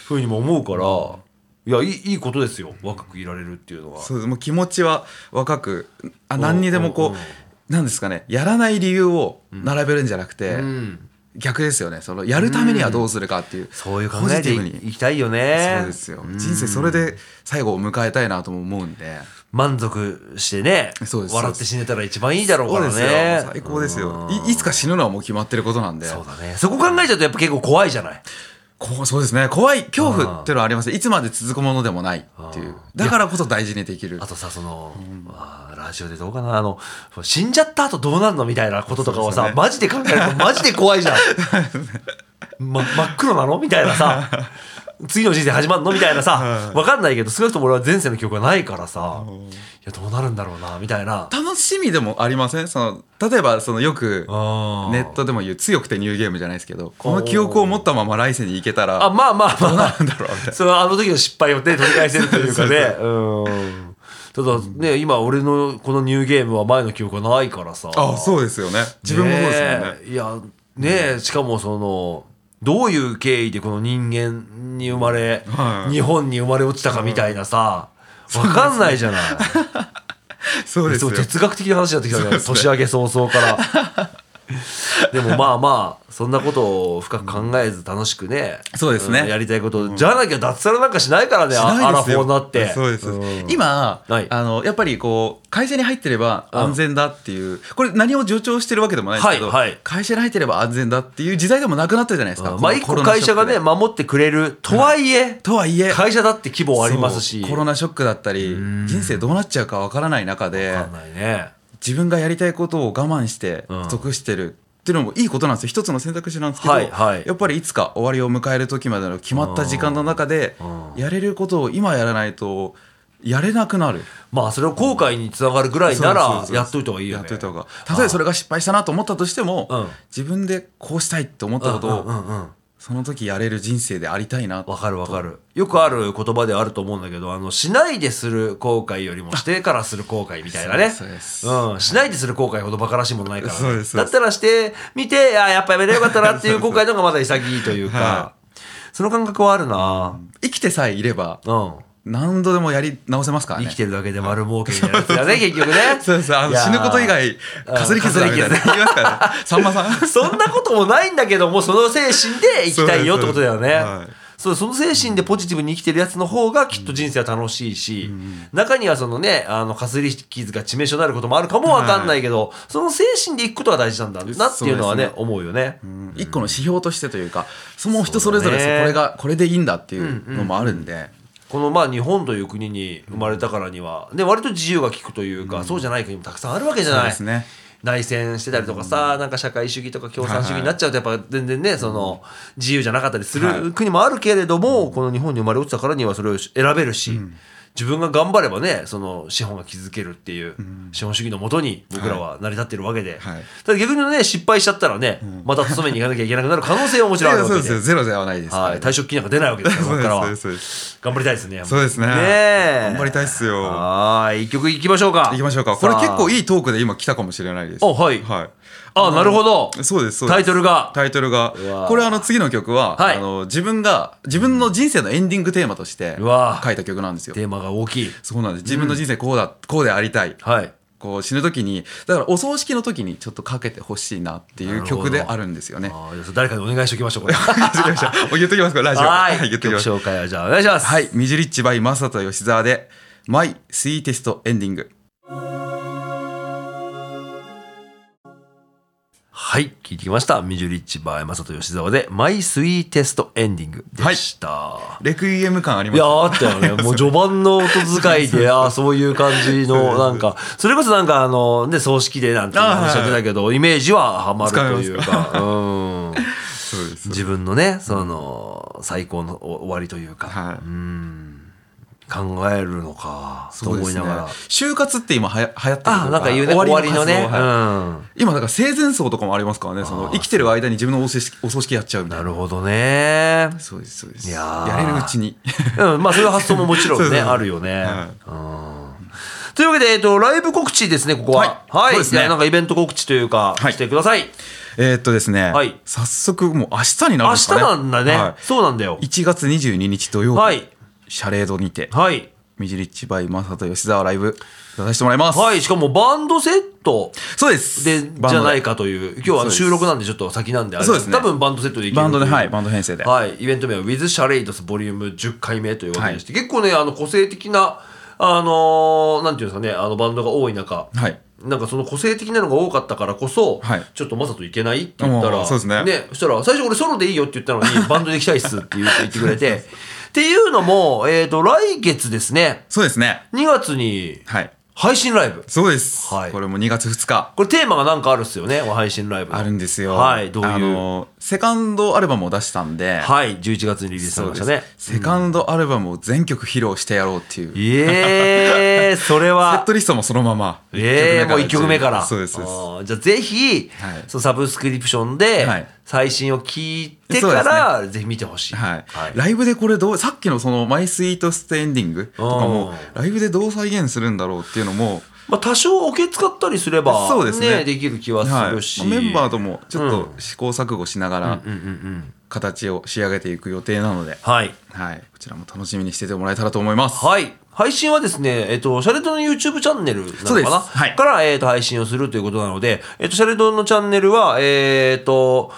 [SPEAKER 1] ふうにも思うからいやいいいいことですよ若くいられるっていうのは
[SPEAKER 2] そうですもう気持ちは若くあ
[SPEAKER 1] ん
[SPEAKER 2] 何にでもこう、
[SPEAKER 1] うんうん
[SPEAKER 2] なんですかねやらない理由を並べるんじゃなくて、
[SPEAKER 1] うん
[SPEAKER 2] 逆ですよねそのやるためにはどうするかっていう、
[SPEAKER 1] そういう考
[SPEAKER 2] ポ
[SPEAKER 1] え
[SPEAKER 2] ジテ
[SPEAKER 1] で
[SPEAKER 2] ィブに
[SPEAKER 1] いいきたいよね
[SPEAKER 2] そうですよ人生それで最後を迎えたいなとも思うんで
[SPEAKER 1] 満足してね
[SPEAKER 2] そうです
[SPEAKER 1] 笑って死ねたら一番いいだろう
[SPEAKER 2] そ
[SPEAKER 1] か
[SPEAKER 2] う
[SPEAKER 1] ら
[SPEAKER 2] ですよ
[SPEAKER 1] ね
[SPEAKER 2] 最高ですよ
[SPEAKER 1] うん
[SPEAKER 2] いいつか死ぬのはもう決まってることなんで
[SPEAKER 1] そうだねそこ考えちゃうとやっぱ結構怖いじゃない
[SPEAKER 2] こうそうですね怖い恐怖っていうのはありますいつまで続くものでもないっていう
[SPEAKER 1] あー
[SPEAKER 2] だからこそ大事にできる
[SPEAKER 1] あとさその、まあラジオでどうかなあの死んじゃった後どうなるのみたいなこととかを
[SPEAKER 2] そう
[SPEAKER 1] さ、
[SPEAKER 2] ですよね
[SPEAKER 1] マジで考えるとマジで怖い じゃん、ま、真っ黒なのみたいなさ次の人生始まるのみたいなさ分かんないけど少なくとも俺は前世の記憶がないからさ、いやどうなるんだろうなみたいな、
[SPEAKER 2] 楽しみでもありませんその例えばそのよく
[SPEAKER 1] あ
[SPEAKER 2] ネットでも言う強くてニューゲームじゃないですけどこの記憶を持ったまま来世に行けたら
[SPEAKER 1] あまあまあまあ
[SPEAKER 2] なんだろうみたいな
[SPEAKER 1] それはあの時の失敗をね取り返せるというかねうんただね今俺のこのニューゲームは前の記憶がないからさ
[SPEAKER 2] あそうですよね自分もそうですよね
[SPEAKER 1] えいやねえしかもそのどういう経緯でこの人間に生まれ、
[SPEAKER 2] はい
[SPEAKER 1] 日本に生まれ落ちたかみたいなさ、わかんないじゃない。
[SPEAKER 2] そうです
[SPEAKER 1] そ
[SPEAKER 2] よ
[SPEAKER 1] う哲学的な話になってきたね
[SPEAKER 2] そうですね
[SPEAKER 1] 年明け早々から。でもまあまあそんなことを深く考えず楽しくね、
[SPEAKER 2] そうですね
[SPEAKER 1] んやりたいこと、じゃなきゃ脱サラなんかしないからね
[SPEAKER 2] し
[SPEAKER 1] あ
[SPEAKER 2] ない
[SPEAKER 1] アラ
[SPEAKER 2] で
[SPEAKER 1] フ
[SPEAKER 2] す
[SPEAKER 1] ォー
[SPEAKER 2] よ
[SPEAKER 1] になって
[SPEAKER 2] そうです、
[SPEAKER 1] うん
[SPEAKER 2] 今、
[SPEAKER 1] はい
[SPEAKER 2] あのやっぱりこう会社に入ってれば安全だっていう、これ何を助長してるわけでもないですけど、
[SPEAKER 1] はいはい
[SPEAKER 2] 会社に入ってれば安全だっていう時代でもなくなったじゃないですか、
[SPEAKER 1] うんまあ一
[SPEAKER 2] こ
[SPEAKER 1] 個
[SPEAKER 2] のコロナ
[SPEAKER 1] 会
[SPEAKER 2] ショ
[SPEAKER 1] 社
[SPEAKER 2] ッ
[SPEAKER 1] が
[SPEAKER 2] クで
[SPEAKER 1] ね守ってくれるとはいえ、
[SPEAKER 2] とはいえ
[SPEAKER 1] 会社だって規模はありますし
[SPEAKER 2] そうコロナショックだったり人生どうなっちゃうかわからない中で
[SPEAKER 1] わかんないね
[SPEAKER 2] 自分がやりたいことを我慢して
[SPEAKER 1] うん
[SPEAKER 2] 属してるっていうのもいいことなんですよ一つの選択肢なんですけど、
[SPEAKER 1] はいはい
[SPEAKER 2] やっぱりいつか終わりを迎える時までの決まった時間の中で
[SPEAKER 1] うん
[SPEAKER 2] やれることを今やらないとやれなくなる。
[SPEAKER 1] まあそれを後悔につながるぐらいな
[SPEAKER 2] そう
[SPEAKER 1] ら
[SPEAKER 2] です
[SPEAKER 1] やっといた方がいいよ
[SPEAKER 2] や
[SPEAKER 1] ね
[SPEAKER 2] っといた方がたとえそれが失敗したなと思ったとしても、
[SPEAKER 1] うん
[SPEAKER 2] 自分でこうしたいって思ったことを、
[SPEAKER 1] うんうんうんうん
[SPEAKER 2] その時やれる人生でありたいなと
[SPEAKER 1] わかるわかる。よくある言葉ではあると思うんだけど、あの、しないでする後悔よりもしてからする後悔みたいなね。
[SPEAKER 2] そうです
[SPEAKER 1] うん。しないでする後悔ほど馬鹿らしいものないからね、
[SPEAKER 2] そうですそう
[SPEAKER 1] だ
[SPEAKER 2] で
[SPEAKER 1] ったらしてみて、あやっぱやめればよかったなっていう後悔の方がまだ潔いというか、
[SPEAKER 2] は
[SPEAKER 1] その感覚はあるな
[SPEAKER 2] 生きてさえいれば
[SPEAKER 1] うん。
[SPEAKER 2] 何度でもやり直せますからね
[SPEAKER 1] 生きてるだけで丸儲けみたいなやつだ ね、結局ね。
[SPEAKER 2] そうですあ
[SPEAKER 1] い
[SPEAKER 2] の
[SPEAKER 1] やー
[SPEAKER 2] 死ぬこと以外かすり傷だみたいな
[SPEAKER 1] か
[SPEAKER 2] 言いますからねさんまさ ん
[SPEAKER 1] そんなこともないんだけども、その精神で生きたいよってことだよね。
[SPEAKER 2] はい
[SPEAKER 1] そうその精神でポジティブに生きてるやつの方がきっと人生は楽しいし、中にはそのねあのかすり傷が致命傷になることもあるかもわかんないけど、その精神でいくことが大事なんだなっていうのはね
[SPEAKER 2] そうですね
[SPEAKER 1] 思うよね、
[SPEAKER 2] うん一個の指標としてというかその人それぞれです
[SPEAKER 1] そうだね
[SPEAKER 2] これがこれでいいんだっていうのもあるんで、
[SPEAKER 1] このまあ日本という国に生まれたからにはで割と自由が利くというか、そうじゃない国もたくさんあるわけじゃ
[SPEAKER 2] そう
[SPEAKER 1] な
[SPEAKER 2] で
[SPEAKER 1] い
[SPEAKER 2] すね
[SPEAKER 1] 内戦してたりとかさ、なんか社会主義とか共産主義になっちゃうとやっぱ全然ね、その自由じゃなかったりす
[SPEAKER 2] は
[SPEAKER 1] る国もあるけれども、この日本に生まれ落ちたからにはそれを選べるし、自分が頑張ればねその資本が築けるっていう資本主義のもとに僕らは成り立ってるわけで、
[SPEAKER 2] はい
[SPEAKER 1] ただ逆にね失敗しちゃったらね、また勤めに行かなきゃいけなくなる可能性はもちろんあるわ
[SPEAKER 2] そ
[SPEAKER 1] け
[SPEAKER 2] うですよ
[SPEAKER 1] で。
[SPEAKER 2] ゼロではないですから、
[SPEAKER 1] はい、退職金なんか出ないわけですから、
[SPEAKER 2] そ
[SPEAKER 1] こ
[SPEAKER 2] う
[SPEAKER 1] こ
[SPEAKER 2] で
[SPEAKER 1] からは。
[SPEAKER 2] すそうです
[SPEAKER 1] 頑張りたいですね。
[SPEAKER 2] そうですね
[SPEAKER 1] ねえ
[SPEAKER 2] 頑張りたいっすよ
[SPEAKER 1] はーい、一曲いきましょうか。
[SPEAKER 2] 行きましょうかこれ結構
[SPEAKER 1] い。
[SPEAKER 2] いいトークで今来たかもしれないです
[SPEAKER 1] あはい
[SPEAKER 2] はい、
[SPEAKER 1] あ、なるほど。
[SPEAKER 2] そうですそうです
[SPEAKER 1] タイトルが。
[SPEAKER 2] タイトルが
[SPEAKER 1] うわー
[SPEAKER 2] これあの次の曲は、
[SPEAKER 1] はい
[SPEAKER 2] あの自分が自分の人生のエンディングテーマとして
[SPEAKER 1] うわー
[SPEAKER 2] 書いた曲なんですよ
[SPEAKER 1] テーマが大きい。
[SPEAKER 2] そうなんです自分の人生こうだ、こうでありたい
[SPEAKER 1] はい。
[SPEAKER 2] こう死ぬ時にだからお葬式の時にちょっとかけてほしいなっていう曲であるんですよね
[SPEAKER 1] あー誰かにお願いしておきまし ょう、これ。
[SPEAKER 2] もう言っときますかラジオ
[SPEAKER 1] は
[SPEAKER 2] はい
[SPEAKER 1] い。
[SPEAKER 2] 言っ
[SPEAKER 1] 曲
[SPEAKER 2] ときます
[SPEAKER 1] 紹介はじゃあお願いします。
[SPEAKER 2] はいミジリッチ by マサと吉沢で「My Sweetest Ending
[SPEAKER 1] はい。聞いてきました。ミジュリッチバイマサト吉沢で、マイスイーテストエンディングでした。」
[SPEAKER 2] レクイエム感あり
[SPEAKER 1] い
[SPEAKER 2] ます
[SPEAKER 1] やあったよ ね。もう序盤の音遣いで、ああ、そういう感じの、なんか、それこそなんか、あの、ね、葬式でなんていう話は出たけど、イメージはハマるというか、うん。
[SPEAKER 2] そうです
[SPEAKER 1] 自分のね、その、最高の終わりというか、
[SPEAKER 2] はい
[SPEAKER 1] 考えるのか、と
[SPEAKER 2] そうで
[SPEAKER 1] 思い
[SPEAKER 2] す
[SPEAKER 1] な
[SPEAKER 2] ね
[SPEAKER 1] がら。
[SPEAKER 2] 就活って今はや流行ってるとい
[SPEAKER 1] ああ、なんか言うね、終わりのね。
[SPEAKER 2] 活動はい
[SPEAKER 1] うん。
[SPEAKER 2] 今だから生前葬とかもありますからねその生きてる間に自分のお葬式お葬式やっちゃうみたい
[SPEAKER 1] な
[SPEAKER 2] な
[SPEAKER 1] るほどね。
[SPEAKER 2] そうですそうで
[SPEAKER 1] い
[SPEAKER 2] す
[SPEAKER 1] やー
[SPEAKER 2] やれるうちに
[SPEAKER 1] うん、まあそういう発想ももちろ
[SPEAKER 2] そうんそう
[SPEAKER 1] ね、
[SPEAKER 2] そう
[SPEAKER 1] あるよね。
[SPEAKER 2] はい
[SPEAKER 1] うんというわけで、えっと、ライブ告知ですね、ここは。
[SPEAKER 2] はい
[SPEAKER 1] はい。
[SPEAKER 2] そうですね
[SPEAKER 1] じゃあなんかイベント告知というか、
[SPEAKER 2] はい
[SPEAKER 1] してください。
[SPEAKER 2] えーっとですね
[SPEAKER 1] はい
[SPEAKER 2] 早速もう明日になるん
[SPEAKER 1] 明
[SPEAKER 2] です
[SPEAKER 1] 日
[SPEAKER 2] かね
[SPEAKER 1] なんだね。
[SPEAKER 2] は
[SPEAKER 1] そうなんだよ
[SPEAKER 2] い。1月22日土曜日、
[SPEAKER 1] はい
[SPEAKER 2] シャレードにて、
[SPEAKER 1] はい。
[SPEAKER 2] ミジリッチバイマサト吉沢ライブ出させてもらいます。
[SPEAKER 1] はい。しかもバンドセット
[SPEAKER 2] そうです。
[SPEAKER 1] で、じ
[SPEAKER 2] バンド
[SPEAKER 1] ゃないかという。今日はあの
[SPEAKER 2] そうです
[SPEAKER 1] 収録なんでちょっと先なんで、あれ
[SPEAKER 2] そうですね
[SPEAKER 1] 多分バンドセットでいける
[SPEAKER 2] バンドで、はい、バンド編成で。
[SPEAKER 1] はい、イベント名は With Charades Vol. 10回目ということでして、結構ねあの個性的なあのーなんていうんですかねあのバンドが多い中、
[SPEAKER 2] はい
[SPEAKER 1] なんかその個性的なのが多かったからこそ、
[SPEAKER 2] はい
[SPEAKER 1] ちょっとマサといけないって言った
[SPEAKER 2] お
[SPEAKER 1] ら
[SPEAKER 2] ーそうですね
[SPEAKER 1] そしたら最初俺ソロでいいよって言ったの にバンドで行きたいっすって言って言ってくれてっていうのも、えー、と来月ですね
[SPEAKER 2] そうですね。
[SPEAKER 1] 2月に
[SPEAKER 2] はい。
[SPEAKER 1] 配信ライブ
[SPEAKER 2] そうです。
[SPEAKER 1] はい
[SPEAKER 2] これも2月2日。
[SPEAKER 1] これテーマがなんかあるっすよね配信ライブの
[SPEAKER 2] あるんですよ。
[SPEAKER 1] はいどういう、
[SPEAKER 2] あの、セカンドアルバムを出したんで、
[SPEAKER 1] はい11月にリリースされ
[SPEAKER 2] そう
[SPEAKER 1] まし
[SPEAKER 2] です
[SPEAKER 1] たね
[SPEAKER 2] セカンドアルバムを全曲披露してやろうっていう。セ
[SPEAKER 1] いえー、それは
[SPEAKER 2] ットリストもそのまま。
[SPEAKER 1] ええもう1曲目から。
[SPEAKER 2] そうです。そうです
[SPEAKER 1] あーじゃあぜひ、
[SPEAKER 2] はい
[SPEAKER 1] そのサブスクリプションで
[SPEAKER 2] はい
[SPEAKER 1] 最新を聞いてから、ぜひ見てほしい。
[SPEAKER 2] はい
[SPEAKER 1] はい
[SPEAKER 2] ライブでこれどうさっきのその「マイスイートステンディング」とかも
[SPEAKER 1] う
[SPEAKER 2] ライブでどう再現するんだろうっていうのも
[SPEAKER 1] まあ、多少おけ使ったりすれば、
[SPEAKER 2] そうですね
[SPEAKER 1] できる気はするし。
[SPEAKER 2] はいまあメンバーと
[SPEAKER 1] も。
[SPEAKER 2] もちょっと試行錯誤しながら形を仕上げていく予定なので、
[SPEAKER 1] はい。
[SPEAKER 2] はい、こちらも楽しみにしててもらえたらと思います。
[SPEAKER 1] はい。配信はですね、えっと、シャレドの YouTube チャンネルなの
[SPEAKER 2] そう
[SPEAKER 1] か
[SPEAKER 2] です
[SPEAKER 1] な、
[SPEAKER 2] はい
[SPEAKER 1] から、えっと、配信をするということなので、えっと、シャレドのチャンネルは、えっと、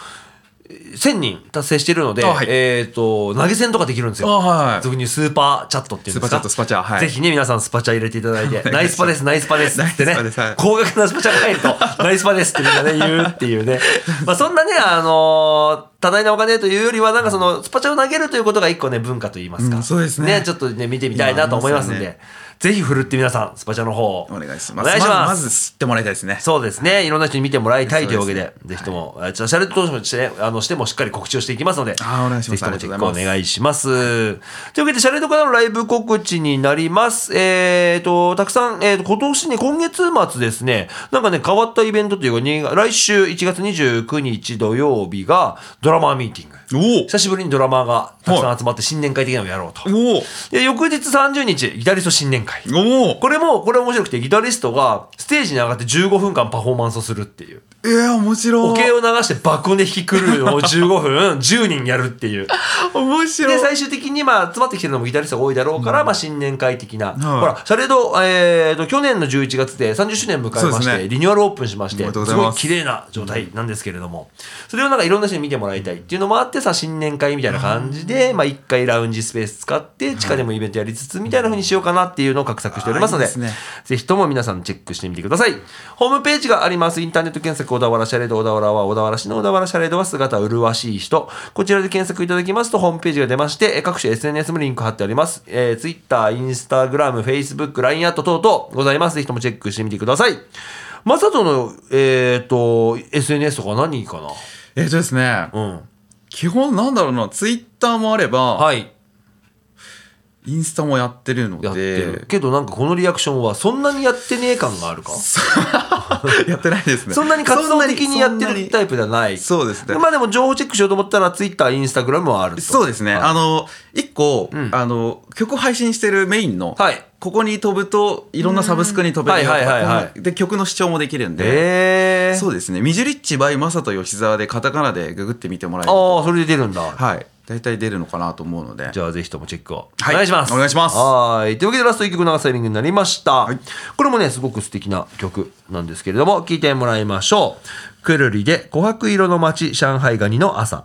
[SPEAKER 1] 1000人達成しているので、
[SPEAKER 2] あはい
[SPEAKER 1] えっと、投げ銭とかできるんですよ。
[SPEAKER 2] あはい
[SPEAKER 1] 俗にスーパーチャットっていうんですか
[SPEAKER 2] スーパーチャットスパチャはい
[SPEAKER 1] ぜひね皆さんスパチャ入れていただいて
[SPEAKER 2] い
[SPEAKER 1] ナイスパですナイスパですってね
[SPEAKER 2] ナイスパですはい
[SPEAKER 1] 高額なスパチャが入る とナイスパですってみんなね言うっていうねまあそんなねあのー多大なお金というよりはなんかそのスパチャを投げるということが一個ね文化といいますか、
[SPEAKER 2] うんそうですね
[SPEAKER 1] ちょっとね見てみたいなと思いますんで
[SPEAKER 2] いやあり
[SPEAKER 1] ぜひ振るって皆さんスパチャの方を
[SPEAKER 2] お願いします
[SPEAKER 1] お願いし
[SPEAKER 2] ま
[SPEAKER 1] ま
[SPEAKER 2] ずますず知ってもらいたいですね
[SPEAKER 1] そうですね。いろんな人に見てもらいたいというわけで、
[SPEAKER 2] そうですね
[SPEAKER 1] ぜひとも、えー、シャレット投資もして、あの、してもしっかり告知をしていきますので、
[SPEAKER 2] あーお願いし
[SPEAKER 1] ぜ
[SPEAKER 2] ます
[SPEAKER 1] ひともチェック
[SPEAKER 2] あ
[SPEAKER 1] お
[SPEAKER 2] りがとうございます
[SPEAKER 1] 願いします。というわけで、シャレットからのライブ告知になります。えっ、と、たくさん、えっ、と、今年ね、今月末ですね、なんかね、変わったイベントというか、に来週1月29日土曜日が、ドラマーミーティング。
[SPEAKER 2] お
[SPEAKER 1] 久しぶりにドラマーがたくさん集まって新年会的なのをやろうと。
[SPEAKER 2] おお
[SPEAKER 1] で、翌日30日、ギタリスト新年会。
[SPEAKER 2] おお
[SPEAKER 1] これも、これ面白くて、ギタリストがステージに上がって15分間パフォーマンスをするっていう。
[SPEAKER 2] えー、面白
[SPEAKER 1] お
[SPEAKER 2] い
[SPEAKER 1] 経を流して爆音で弾き狂うのを15分、10人やるって いう。
[SPEAKER 2] 面白
[SPEAKER 1] で、
[SPEAKER 2] い
[SPEAKER 1] 最終的に、まあ、集まってきてるのもギタリストが多いだろうから、まあ、新年会的な。
[SPEAKER 2] はい
[SPEAKER 1] ほら、シャレド、えーと、去年の11月で30周年迎え
[SPEAKER 2] そ
[SPEAKER 1] ま
[SPEAKER 2] う
[SPEAKER 1] し
[SPEAKER 2] で
[SPEAKER 1] て、
[SPEAKER 2] すね
[SPEAKER 1] リニューアルオープンしまして、
[SPEAKER 2] おめ
[SPEAKER 1] すご
[SPEAKER 2] でとうございま
[SPEAKER 1] い
[SPEAKER 2] す
[SPEAKER 1] 綺麗な状態なんですけれども、それをなんかいろんな人に見てもらいたいっていうのもあってさ、新年会みたいな感じで、まあ、一回ラウンジスペース使って、地下でもイベントやりつつ、みたいな風にしようかなっていうのを画策しておりますので、
[SPEAKER 2] あーいいですね
[SPEAKER 1] ぜひとも皆さんチェックしてみてください。ホームページがあります。インターネット検索、小田原シャレード、小田原は小田原市の小田原シャレードは姿麗しい人。こちらで検索いただきますと、ホームページが出まして、え各種 SNS もリンク貼ってあります。えー、Twitter、Instagram、Facebook、LINE アット等々ございます。ぜひともチェックしてみてください。マサトの、えっ、と、SNS とか何か
[SPEAKER 2] えーとですね、
[SPEAKER 1] なうん。
[SPEAKER 2] 基本なんだろうなツイッターもあれば、
[SPEAKER 1] はい。
[SPEAKER 2] インスタもやってるので
[SPEAKER 1] やってる。けどなんかこのリアクションは、そんなにやってねえ感があるか。
[SPEAKER 2] やってないですね
[SPEAKER 1] そんなに活動的にやってるタイプではない。
[SPEAKER 2] そんなにそうですね
[SPEAKER 1] まあでも情報チェックしようと思ったら、ツイッター、インスタグラムはあると。
[SPEAKER 2] そうですね、
[SPEAKER 1] はい
[SPEAKER 2] あの一個、
[SPEAKER 1] うん
[SPEAKER 2] あの曲配信してるメインの、
[SPEAKER 1] はい
[SPEAKER 2] ここに飛ぶといろんなサブスクに飛べるよ
[SPEAKER 1] うんはいはいはいはい
[SPEAKER 2] こんなで曲の視聴もできるんで、
[SPEAKER 1] ええ
[SPEAKER 2] そうですね「ミジュリッチ by マサト吉沢」でカタカナでググってみてもらえると
[SPEAKER 1] ああ、それで出るんだ。
[SPEAKER 2] はい大体出るのかなと思うので
[SPEAKER 1] じゃあぜひともチェックを、
[SPEAKER 2] はい
[SPEAKER 1] お願いします。
[SPEAKER 2] お願いします
[SPEAKER 1] はーい。というわけでラスト1曲流すタイミングになりました、
[SPEAKER 2] はい
[SPEAKER 1] これもね、すごく素敵な曲なんですけれども、聴いてもらいましょう。くるりで琥珀色の街、上海ガニの朝。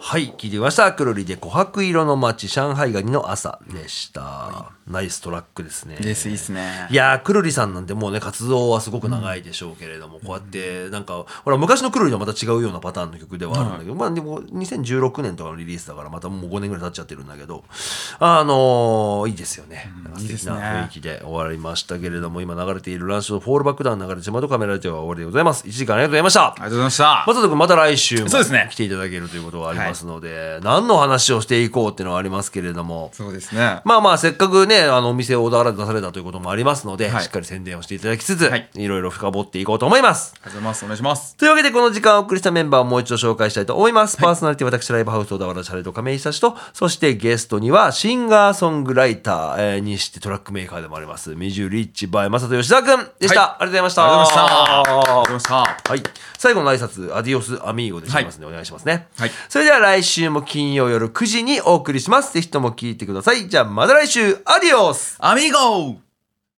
[SPEAKER 1] はい、聞いてみました。くるりで琥珀色の街、上海ガニの朝でした。ナイストラックですね。
[SPEAKER 2] ですいいですね
[SPEAKER 1] いやーくるりさんなんてもうね活動はすごく長いでしょうけれども、こうやってなんかほら昔のくるりとはまた違うようなパターンの曲ではあるんだけど、まあでも2016年とかのリリースだからまたもう5年ぐらい経っちゃってるんだけどあのーいいですよね、
[SPEAKER 2] うん
[SPEAKER 1] 素
[SPEAKER 2] いいで
[SPEAKER 1] 敵
[SPEAKER 2] すね
[SPEAKER 1] な雰囲気で終わりましたけれども今流れている「ランシュのフォールバックダウン」流れてまとカメラでは終わりでございます1時間ありがとうございました
[SPEAKER 2] ありがとうございました
[SPEAKER 1] まさとくんまた来週も
[SPEAKER 2] そうですね
[SPEAKER 1] 来ていただけるということがありますので、何の話をしていこうっていうのはありますけれども
[SPEAKER 2] そうですね
[SPEAKER 1] まあまあ、せっかくね、あの、お店をオーダーで出されたということもありますので、
[SPEAKER 2] はい
[SPEAKER 1] しっかり宣伝をしていただきつつ、
[SPEAKER 2] はい
[SPEAKER 1] い、ろいろ深掘っていこうと思います。
[SPEAKER 2] ありがとうございますお願いします
[SPEAKER 1] というわけで、この時間をお送りしたメンバーをもう一度紹介したいと思います。パーソナリティ、私、ライブハウス小田原シャレと亀井久志と、そしてゲストには、シンガーソングライターえーにしてトラックメーカーでもあります、ミジュリッチバイマサト吉田くんでした、
[SPEAKER 2] はい
[SPEAKER 1] ありがとうございまし
[SPEAKER 2] あ
[SPEAKER 1] た。
[SPEAKER 2] りがとうございましたありがとうございました
[SPEAKER 1] はい。最後の挨拶、アディオスアミーゴでしますので、お願いしますね。
[SPEAKER 2] はい
[SPEAKER 1] それでは来週も金曜夜9時にお送りします。ぜひとも聞いてください。じゃあ、また来週、アディオス
[SPEAKER 2] アミーゴ